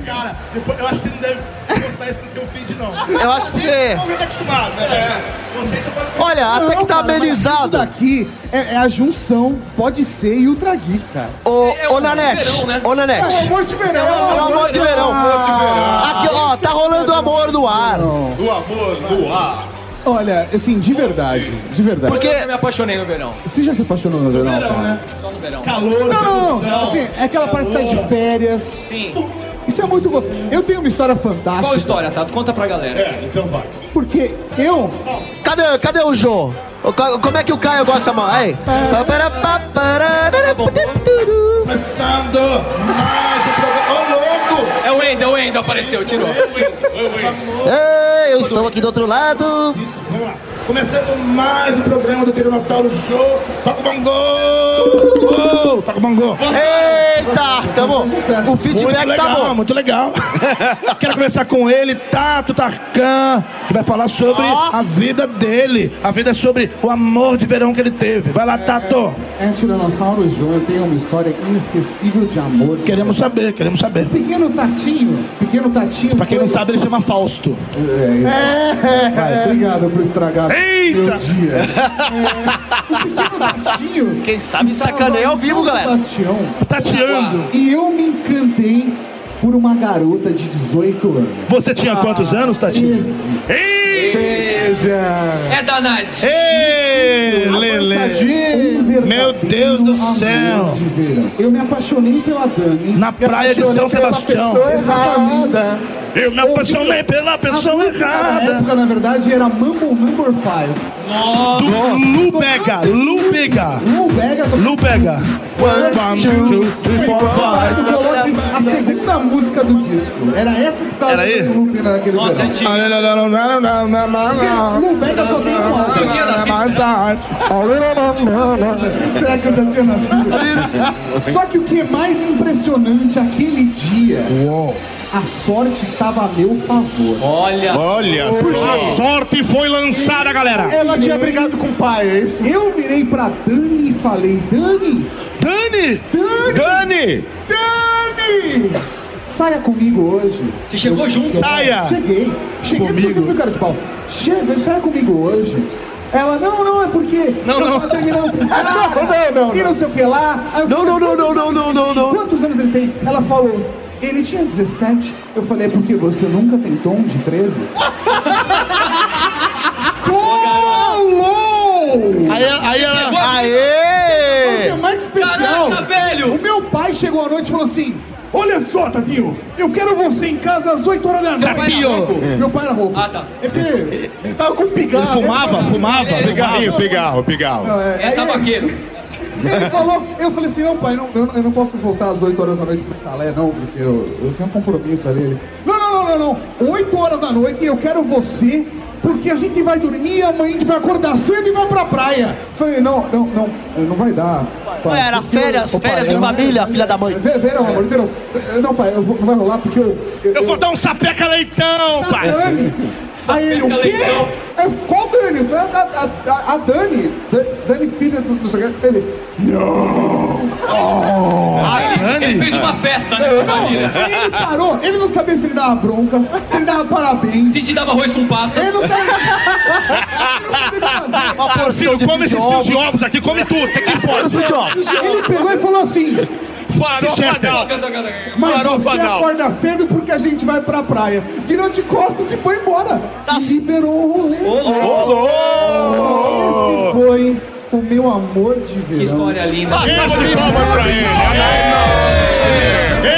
Cara, depois- eu acho que você não deve postar isso no teu feed, não. Eu acho que você- Você tá acostumado, né? É. Você só pode... Olha, até que tá cara, mas amenizado. Isso daqui é, é a junção, pode ser e Ultra Geek, cara. Ô, ô Nanete, ô Nanete. É um amor de verão. É um amor de verão. Aqui, ó, tá rolando amor no ar. O amor né? no ar. Olha, assim, de verdade, de verdade. Porque eu me apaixonei no verão. Você já se apaixonou no verão, cara? Só no verão. Calor, não, não, não. Assim, é aquela parte que você tá de férias. Sim. Isso é muito bom. Eu tenho uma história fantástica. Qual história, Tato? Conta pra galera. É, então vai. Porque eu. Cadê, cadê o Jô? O Ca- Como é que o Caio gosta mais? Aí. Começando mais um programa... Ô, louco! É o Wendel, o Wendel apareceu, tirou. Ei, eu estou aqui do outro lado. Vamos lá. Começando mais um programa do Tiranossauro Show. Toca o bongô! Ô, Toca o bongô! Eita! Tá bom. O muito feedback Tipo, legal, tá bom. Muito legal. Quero começar com ele, Tato Tarkan, que vai falar sobre a vida dele. A vida é sobre o amor de verão que ele teve. Vai lá, Tato. É Tiranossauro João tem uma história inesquecível de amor. Queremos saber, queremos saber. Pequeno Tatinho, pequeno Tatinho. Pra quem não sabe, ele chama Fausto. É, Vai, obrigado por estragar Eita! meu dia. É, o pequeno Tatinho. Quem sabe estava sacaneia ao em São vivo, galera. Sebastião. Tateando. E eu me encantei por uma garota de 18 anos. Você tinha quantos anos, Tatinho? Esse. Ei! É da Nath. Ei, é um mensageiro. Meu Deus do céu. Eu me apaixonei pela Dani. Na praia de São Sebastião. Exato. Eu me apaixonei pela pessoa Na errada. época, na verdade, era Mambo Number Five. Do Lubega, Lubega. Lubega. Lubega. One, two, three, four, five. Eu coloco a segunda música do disco. Era essa que tava Era aí? no loop naquele é verão. Porque Lubega só tem um lado. Eu tinha né? Será que eu já tinha nascido? Só que o que é mais impressionante aquele dia. A sorte estava a meu favor. Olha, A sorte foi lançada, galera. Ela tinha brigado com o pai, é isso? Eu virei pra Dani e falei: Dani! Dani! Dani! Dani! Saia comigo hoje. Você chegou junto? Saia! Cheguei. Cheguei porque você foi cara de pau. Chega, saia comigo hoje. Ela, não, não, é porque eu Não, não. tava terminando com o cara, Não, não, não, E não não. sei o que lá. Aí eu Não, falei, não, não, não, não, não, não, não. Quantos anos ele tem? Ela falou, ele tinha 17. Eu falei, é porque você nunca tentou um de 13? Colou! Aí, aí ela. Sabe o que é Aê! mais especial? Caraca, velho! O meu pai chegou à noite e falou assim: Olha só, Tadinho, eu quero você em casa às 8 horas da Seu noite. pai era louco? Meu pai era roubo. Ah, tá. É porque ele tava com pigarro. Ele fumava? Ele Fumava? Pigarro, pigarro, pigarro. Não, é, É aí tabaqueiro. Ele falou, eu falei assim, não pai, não, eu, eu não posso voltar às 8 horas da noite pro Calé, não, porque eu, eu tenho um compromisso ali. Ele, Não, não, não, não, não, 8 horas da noite eu quero você, porque a gente vai dormir, amanhã a gente vai acordar cedo e vai pra praia. Eu Falei, não, não, não, eh, não vai dar. pai, Ué, era porque férias, ô, pai, férias em eu- família, filha da mãe. Ver- Verão, amor, verão. Eh, Não pai, eu vou- não vai rolar porque eu... eu- Eu vou dar um sapeca leitão, a pai. Dani. Aí ele, o quê? leitão. Eu, qual Dani? Eu falei, a, a- a- a Dani. Da- Dani, filha do, do Zagre. Ele, É. Ah, Ele fez uma festa, né, com família. Aí ele parou, ele não sabia se ele dava bronca, se ele dava parabéns. Se te dava arroz com passa. Ele não sabia. Ele não sabia o que fazer. Uma porção Filho, de come esses fios de ovos. ovos aqui, come tudo. O que que Olha o pode? de ovos. Ele pegou e falou assim: Farofa Canta, não. canta, canta. Mas Parou, você Fadal. acorda cedo porque a gente vai pra praia. Virou de costas e foi embora. Tá E liberou o rolê. Esse foi o meu amor de verão. Que história linda. Este de palmas pra ele.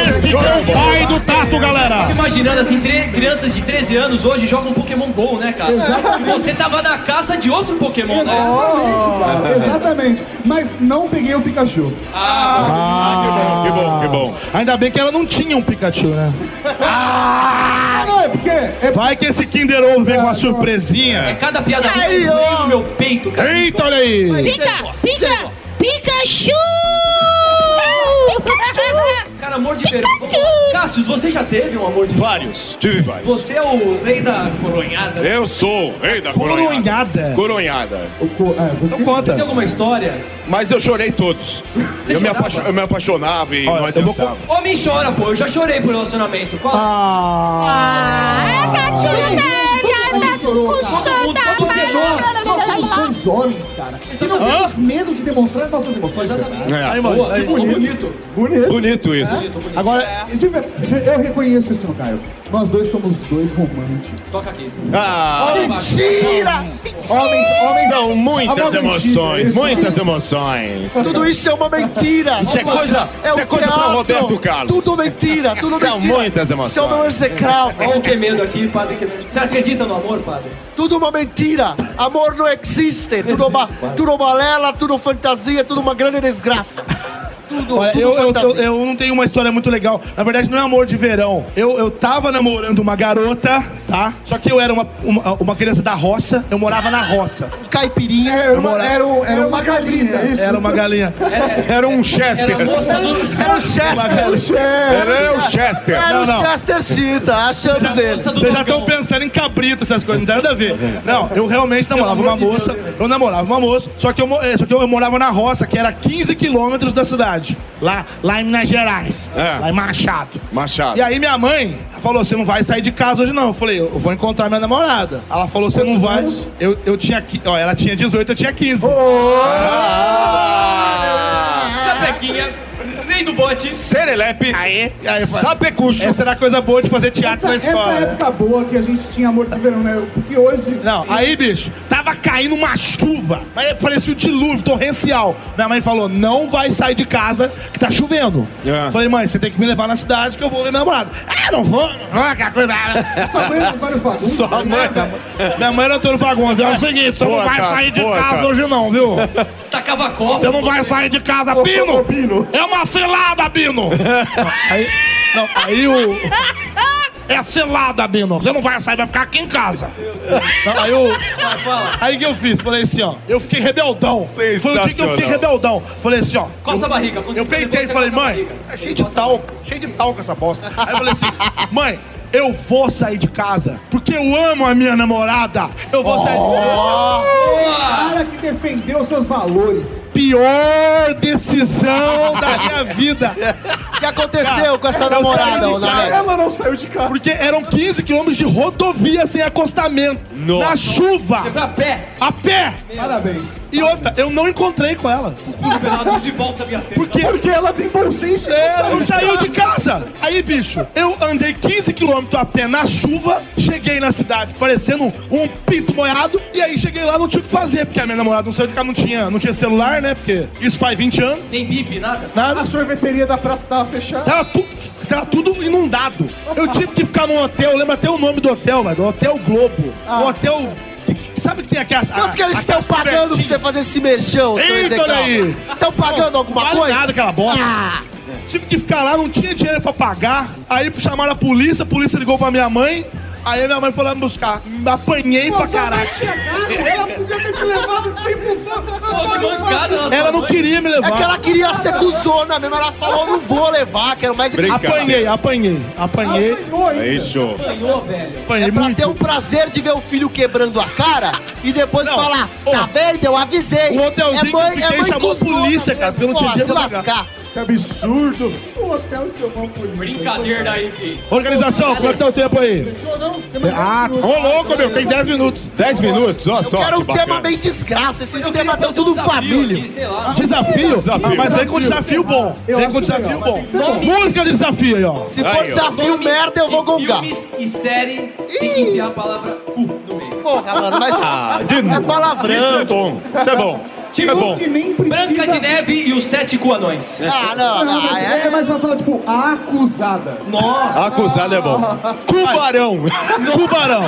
Este é o pai do Tato, galera. Fico Imaginando assim, tre- crianças de 13 anos hoje jogam Pokémon GO, né, cara? E você tava na caça de outro Pokémon, né? Exatamente, cara. Exatamente. Mas não peguei o Pikachu. Que bom, que bom. Ah, Ainda bem que ela não tinha um Pikachu, né? Ah, não, é porque. É Vai que esse Kinder Ovo vem com uma surpresinha. É, Cada piada ruim Aí, doeu ó. no meu peito, cara. Eita, olha aí. Pica, Pica! Pikachu! Cara, amor de verão. Cássio, você já teve um amor de verão? Vários, tive vários. Você é o rei da coronhada. Tem Eu sou o rei da coronhada. Coronhada. Coronhada. Então conta. alguma história? Mas eu chorei todos. Eu me, chorava? apaixo- eu me apaixonava e não Olha, eu vou adiantava. Homem chora, pô. Eu já chorei por relacionamento. Qual? Ah. tá? todo mundo, todo mundo chora. Nós somos bons homens, cara. Que não Hã? temos medo de demonstrar nossas emoções. cara. É. Aí, mano. É? Boa, aí, bonito. bonito. Bonito. Bonito isso. Agora, É, de ver- de- eu reconheço isso, Caio. Nós dois somos os dois românticos. Toca aqui. Ah, Mentira! Homens, homens. são muitas Amor mentira, emoções, isso. muitas emoções. Tudo isso é uma mentira. Isso é coisa- isso é coisa pra teatro. Roberto Carlos. Tudo mentira, tudo mentira. São muitas emoções. São meu Olha execrável. o que medo aqui, padre. que- Você acredita no amor, padre? Tudo uma mentira. Amor não existe. Tudo uma, tudo balela, tudo fantasia, tudo uma grande desgraça. Tudo, Olha, tudo É, eu, eu, fantasia. eu, eu não tenho uma história muito legal. Na verdade, não é amor de verão. Eu, eu tava namorando uma garota, tá? Só que eu era uma, uma, uma criança da roça, eu morava na roça. Caipirinha. Era uma, Namorado. era, um- era uma galinha. Isso. Era uma galinha. Era um Era a Chester. moça do... Era o Chester. Era eu, Chester. Era o Não, não. Chester Cita, achamos Era é a ele. moça do Vocês já um dogão. estão pensando em cabrito, essas coisas, não tem nada a ver. Não, eu realmente namorava uma moça, eu namorava uma moça, só que eu, mo- eh, só que eu, eu morava na roça, que era 15 quilômetros da cidade. Lá, lá em Minas Gerais. É. Lá em Machado. Machado. E aí minha mãe falou, você não vai sair de casa hoje não. Eu falei, eu vou encontrar minha namorada. Ela falou, você não vai. Eu, eu tinha... qui- Ó, ela tinha 18, eu tinha 15. Sapequinha. Lembrei do bote. Serelepe. Aê. Sapecucho. Essa era a coisa boa de fazer teatro na Essa, escola. essa época boa que a gente tinha amor de verão, né? Porque hoje. Não, aí, bicho, tava caindo uma chuva. Mas parecia um dilúvio torrencial. Minha mãe falou: não vai sair de casa que tá chovendo. É. Falei, mãe, você tem que me levar na cidade que eu vou ver meu namorado. Ah, não vou, não vou, aquela coisa. Sua mãe é Antônio Fagundes? Só a mãe. Minha mãe era Antônio Fagundes. É o seguinte, você Boa, não vai cara, sair de boa, casa cara. hoje, não, viu? Tacava copo. Você não vai sair de casa, Bino! É uma cilada, Bino! aí, não, aí o. É cilada, Bino! Você não vai sair, vai ficar aqui em casa! Não, aí o. Aí o que eu fiz? Falei assim, ó. Eu fiquei rebeldão. Foi o dia que eu fiquei Sensacional. rebeldão. Falei assim, ó. Coça a barriga, quando Eu você tá peitei e nervoso, falei, você coça a mãe, é cheio de talco, cheio de talco essa bosta. Aí eu falei assim, mãe. Eu vou sair de casa, porque eu amo a minha namorada. Eu vou sair de Ei, cara que defendeu seus valores. pior decisão da minha vida. O que aconteceu com essa Tá namorada, Ronaldo? Ela não saiu de casa. Porque eram 15 quilômetros de rodovia sem acostamento. Na chuva. Você foi a pé. A pé. Parabéns. E outra, eu não encontrei com ela. Renato, de volta minha tela. Porque, Porque ela tem bom senso. É, não saiu de casa. Aí, bicho, eu andei 15 quilômetros a pé na chuva, cheguei na cidade parecendo um, um pinto moiado, e aí cheguei lá, não tinha o que fazer, porque a minha namorada não saiu de casa, não tinha, não tinha celular, né? Porque isso faz 20 anos. Nem bip, nada. Nada. A sorveteria da praça tava fechada. Tava, tu- tava tudo inundado. Eu tive que ficar num hotel, eu lembro até o nome do hotel, velho. Hotel Globo. O hotel. que- Sabe que tem aquelas. Ah. Quanto que eles estão aquelas pagando pra você fazer esse merchão, seu Eita, Ezequiel? olha aí. Estão pagando alguma vale coisa? Ah. nada aquela bosta. Tive que ficar lá, não tinha dinheiro pra pagar. Aí chamaram a polícia, a polícia ligou pra minha mãe. Aí minha mãe foi lá me buscar. Me apanhei pra caralho. Ela podia ter te levado assim sem mudar. Ela não queria me levar. É que ela queria ser cuzona mesmo. Ela falou, não vou levar, quero mais... Apanhei, apanhei, apanhei. Aí, show. Apanhou, velho. Apanhei Ah, é pra muito. ter o prazer de ver o filho quebrando a cara e depois Não, falar, ô, tá vendo? Eu avisei. É O hotelzinho que eu fiquei chamou a cuzona polícia, cara, mesmo. porque eu não tinha Pô, dinheiro se pra pagar. lascar. Que absurdo. O hotel chamou a polícia. Brincadeira daí, filho. Organização, um quanto é o tempo aí? Ah, é um ô louco, meu, tem 10 minutos. 10 minutos, ó só. Eu quero que um tema bacana. bem desgraça. Esses temas estão um tudo família. Desafio? Ah, mas vem com desafio bom. Eu Vem acho com que desafio legal, bom. mas tem que ser bom. Música de desafio aí, ó. Se for desafio merda, eu vou gongar. Filmes e série tem que enfiar a palavra cu no meio. Porra, mano, mas Ah, de é novo. palavrão. Isso é bom. Isso é bom. Isso é bom. nem Branca de Neve e os Sete Cuanões. Ah, Não, mas é... mais fácil falar, tipo, a acusada. Nossa. Acusado é bom. Cubarão. Tubarão.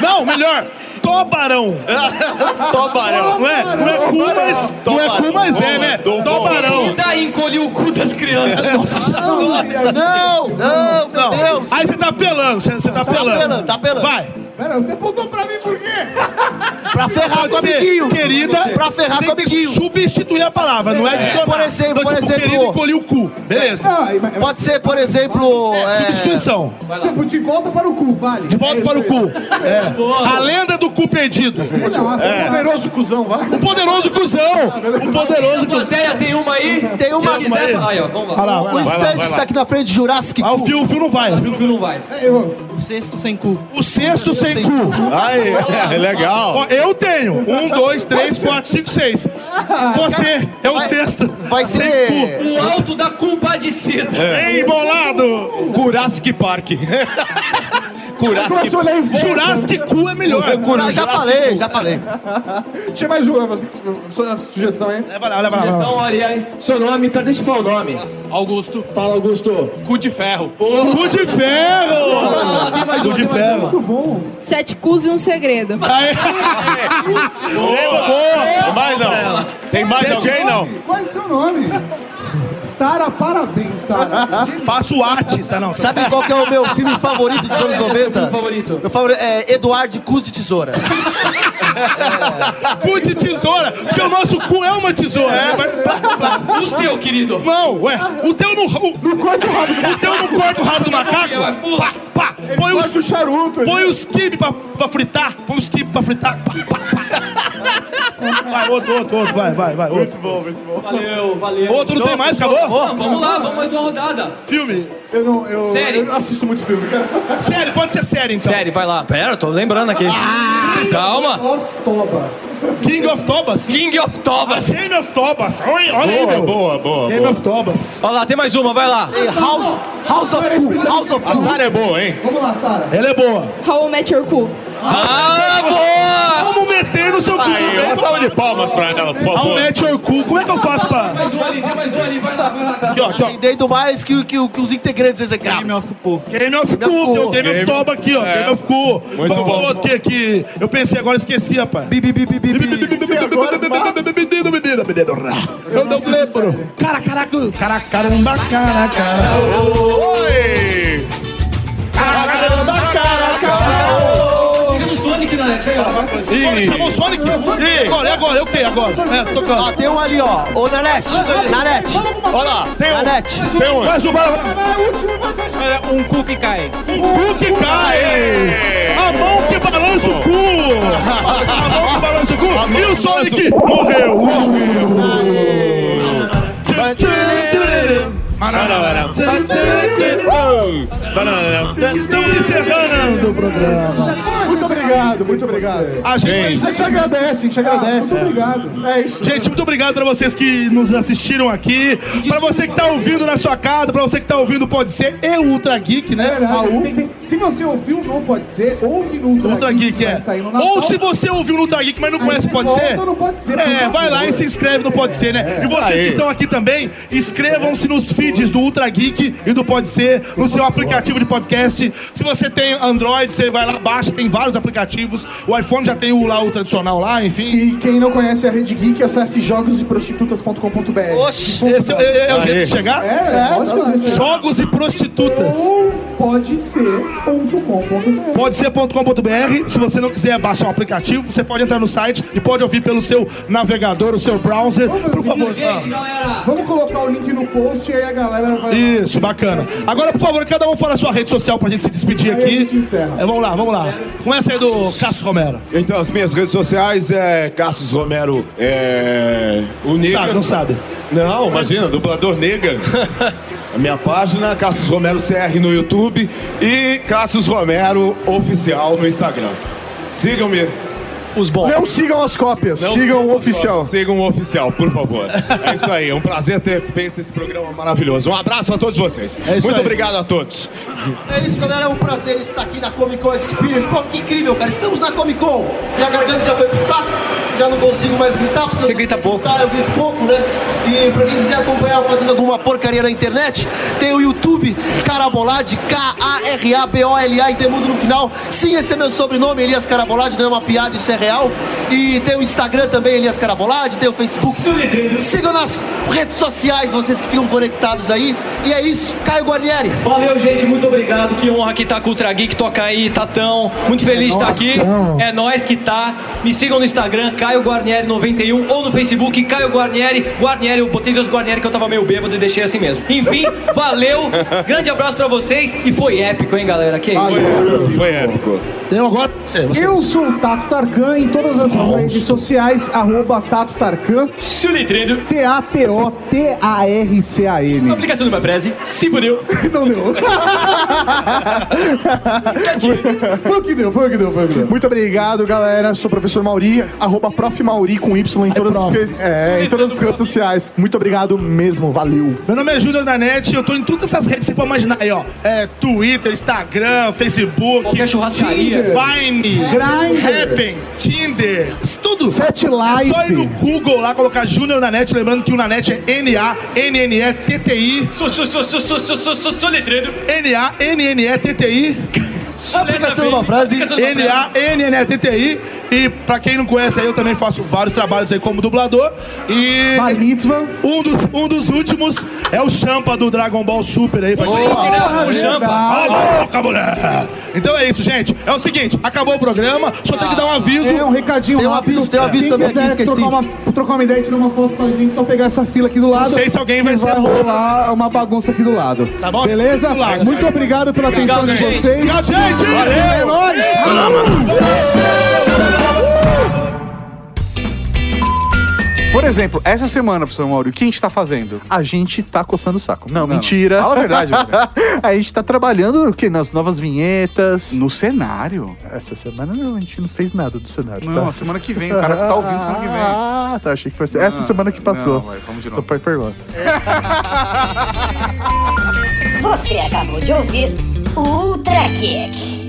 Não, melhor. Tobarão. Tobarão. Não é, não é cu, mas, não é cu, mas é, né? Tobarão. E Tobarão. daí encolheu o cu das crianças. É. Não, não, meu Deus. Aí você tá apelando, você você tá apelando. apelando, tá apelando. Vai. Pera, você apontou pra mim por quê? Pra Pode ferrar com o amiguinho. ser, querida, Pra ferrar tem com o que amiguinho. substituir a palavra, não é adicionar. Tá Por exemplo, Então, por tipo, exemplo. Querida, encolhi o cu. Beleza. Ah, e- mas- Pode ser, por exemplo... é, Substituição. Tipo, de volta para o cu, vale. De volta É para o isso cu. aí. É. A lenda do cu perdido. Não, é. Poderoso cuzão, vai. O poderoso cuzão. O poderoso A plateia tem uma aí. Tem uma- Quem quiser... Aí, ó, vamos lá. O lá, stand vai que lá. tá aqui na frente, Jurassic Ah, o Cu. fio, o fio não vai. O fio- O filme não vai. É. Eu, O sexto sem cu. Aí, é, legal. Ó, eu tenho. Um, dois, três, quatro, cinco, seis. Você é o Vai- sexto. Vai ser... O alto da compadecida. Ei, bolado! Jurassic Park. Jurassic Começou a olhar em volta. Jurassic cu é melhor. Ah, Já, já falei, já falei. Tinha mais uma, você, sua sugestão, hein? Leva lá, leva lá. Leva lá. Então, olha aí. Seu nome, tá, pera, deixa eu falar o nome. Augusto, Fala, Augusto. cu de ferro. Cu de ferro! Tem mais Cu uma, de tem mais uma. ferro. Sete cus e um segredo. Aí. Boa. Mais não. Tem mais alguém, não? Qual é seu nome? Sara, parabéns, Sara. Passa o arte, sabe? Não, Sabe qual que é o meu filme favorito dos anos 90? filme favorito? Meu favorito é Eduardo Cus de Tesoura. cu de tesoura, porque o nosso cu é uma tesoura. Vai- O seu, querido. Não, ué, o teu não. O, o teu não corta o rabo do macaco? Pá, pá, põe os, o charuto. põe os quibes pra, pra fritar. Põe os quibes pra fritar. Pá, pá, pá. Vai, outro, outro, outro, vai, vai, vai. Muito bom, muito bom. Valeu, valeu. Outro não tem mais, acabou? Não, vamos lá, vamos mais uma rodada. Filme. Eu não, eu, eu não assisto muito filme, cara. Série, pode ser série, então. Série, vai lá. Pera, eu tô lembrando aqui. Calma. Of Tobas. King of Tobas. King of Tobas. Game of Tobas. Olha olha aí, Boa, meu. boa, boa. Game boa. of Tobas. Olha lá, tem mais uma, vai lá. House, House of Cool, House of A Cool. Sara é boa, hein? Vamos lá, Sara. Ela é boa. How I Met Your Cu. Ah, boa! Como meter no seu cu? Aí, uma salva de palmas pra ela, por How favor. Met Your Cu. Como é que eu faço pra... Mais um ali, tem mais um ali, vai lá, vai lá. Aqui, ó, aqui, ó. Entendendo mais que, que, que os integrantes execrados. Game of Game of Cu, meu. Game of Toba aqui, ó. Game of Cu. Vamos bom. falar outro que aqui. Eu pensei agora, esqueci, rapaz. Eu não lembro. Cara, caraca, caraca, caramba, cara, cara. Oi! Caramba, cara, Tem um Sonic na net, aí, ó. Ih, Chamou o Sonic? E agora, é agora, eu tenho agora. É, tocando. Ó, tem um ali, ó. Ô, Nanete. Nanete. Olha lá. Tem um. Nanete. tem um. Mais um, vai, vai. Um cu que cai. O cu que cai! A mão que balança o cu! A mão que balança o cu! E o Sonic morreu! é Estamos encerrando o programa. Muito obrigado, muito obrigado. A gente, A gente agradece, a gente agradece. Obrigado. É isso. gente, muito obrigado pra vocês que nos assistiram aqui. Pra você que tá ouvindo na sua casa, pra você que tá ouvindo, pode ser e Ultra Geek, né? Raul? Tem- tem- Se você ouviu, não pode ser. Ouve no Ultra Geek é. Ou se você ouviu no Ultra Geek, mas não conhece, você pode volta, ser? não pode ser, por É, favor. vai lá e se inscreve no Pode Ser, né? E vocês que É, Aí. estão aqui também, inscrevam-se nos feeds do Ultra Geek e do Pode Ser, no seu aplicativo de podcast. Se você tem Android, você vai lá, baixa, tem vários aplicativos. O iPhone já tem o lá, o tradicional lá, enfim. E quem não conhece a Rede Geek, acesse jogosdeprostitutas.com.br. Oxi. Esse é, é- é o Aí. jeito de chegar? É, é, lógico. Jogos e prostitutas. Ou pode ser.com.br. Pode ser.com.br. Se você não quiser baixar o aplicativo, você pode entrar no site e pode ouvir pelo seu navegador, o seu browser. Por favor, Gente, ah, Galera, Vamos colocar o link no post e aí a galera vai. isso, bacana. Agora, por favor, cada um fala a sua rede social pra gente se despedir Aí a aqui. gente encerra. É, vamos lá, vamos lá. Começa aí do Cássio Romero. Então, as minhas redes sociais é Cassius Romero. É. O Sabe, Negan. não sabe. Não, imagina, dublador Negan. A minha página, Cassius Romero CR no YouTube e Cassius Romero Oficial no Instagram. Sigam-me. os bons. Não sigam as cópias, Não sigam o só, oficial. Sigam o oficial, por favor. É isso aí, é um prazer ter feito esse programa maravilhoso. Um abraço a todos vocês. É isso Muito aí. obrigado a todos. É isso, galera. É um prazer estar aqui na Comic Con Experience. Pô, que incrível, cara. Estamos na Comic Con. Minha garganta já foi pro saco. Já não consigo mais gritar. Porque Você eu- grita pouco. Cara, eu grito pouco, né? E pra quem quiser acompanhar fazendo alguma porcaria na internet, tem o YouTube Carabolade, K-A-R-A-B-O-L-A e tem mundo no final. Sim, esse é meu sobrenome, Elias Carabolade. Não é uma piada, isso é real. E tem o Instagram também, Elias Carabolade. Tem o Facebook. Sigam nas redes sociais, vocês que ficam conectados aí. E é isso. Caio Guarnieri. Valeu, gente, muito obrigado. Que honra que tá com o Ultra Geek, toca aí, Tatão. Muito feliz de estar aqui. É nós que tá. Me sigam no Instagram, Caio Guarnieri91 ou no Facebook, Caio Guarnieri. Guarnieri, eu botei Deus Guarnieri que eu tava meio bêbado e deixei assim mesmo. Enfim, valeu. Grande abraço pra vocês e foi épico, hein, galera? Que é isso? Foi épico. Eu agora. Você, você. Eu sou o Tato Tarkan em todas as redes sociais, arroba Tato Tarkan, Sulitrido. T-A-T-O-T-A-R-C-A-N. Aplicação do Mafrese. Se fudeu. Não deu. tá Foi o que deu, foi o que deu, foi o que deu. Muito obrigado, galera. Sou o professor Mauri, arroba prof. Mauri com Y em todas, as, re- é, em todas as redes sociais. Muito obrigado mesmo, valeu. Meu nome é Júnior Nanete, eu tô em todas essas redes que você pode imaginar aí, ó. É Twitter, Instagram, Facebook. Qualquer churrascaria. Vine, Grindr. Happn, Tinder, isso tudo. Fat É só ir no Life. Google lá, colocar Júnior na net, lembrando que o na net é N-A-N-N-E-T-T-I. Su- su- su- su- su- su- su- su- Sulitrido. N-A-N-N-E-T-T-I. Aplicação de uma frase, Aplicação de uma frase. N-A-N-N-E-T-T-I. E pra quem não conhece aí, eu também faço vários trabalhos aí como dublador. E Bar Mitzvah. um dos, um dos últimos é o Champa do Dragon Ball Super aí. Pra gente. Mentira, né? o Champa. Cala a boca, mulher! Então é isso, gente. É o seguinte, acabou o programa, só tem que dar um aviso. É um recadinho Tem um rápido. aviso, tem um aviso Quem também quiser aqui, esqueci. Trocar uma, trocar uma ideia, tirar uma foto com a gente, só pegar essa fila aqui do lado. Não sei se alguém vai que ser bom. rolar uma bagunça aqui do lado. Tá bom? Beleza? Do lado. Muito obrigado pela atenção de gente. vocês. Tchau, gente! É nóis! Por exemplo, essa semana, professor Mauro, o que a gente tá fazendo? A gente tá coçando o saco. Não, Não, mentira. não. Fala a verdade, Rodrigo. a gente tá trabalhando o quê? Nas novas vinhetas. No cenário. Tá. Essa semana não, a gente não fez nada do cenário. tá? Não, a semana que vem. O cara que tá ouvindo semana que vem. Ah, tá. Achei que fosse. Essa Não, semana que passou. não, vai, vamos de novo. Então, pai pergunta. Você acabou de ouvir o Ultra Geek.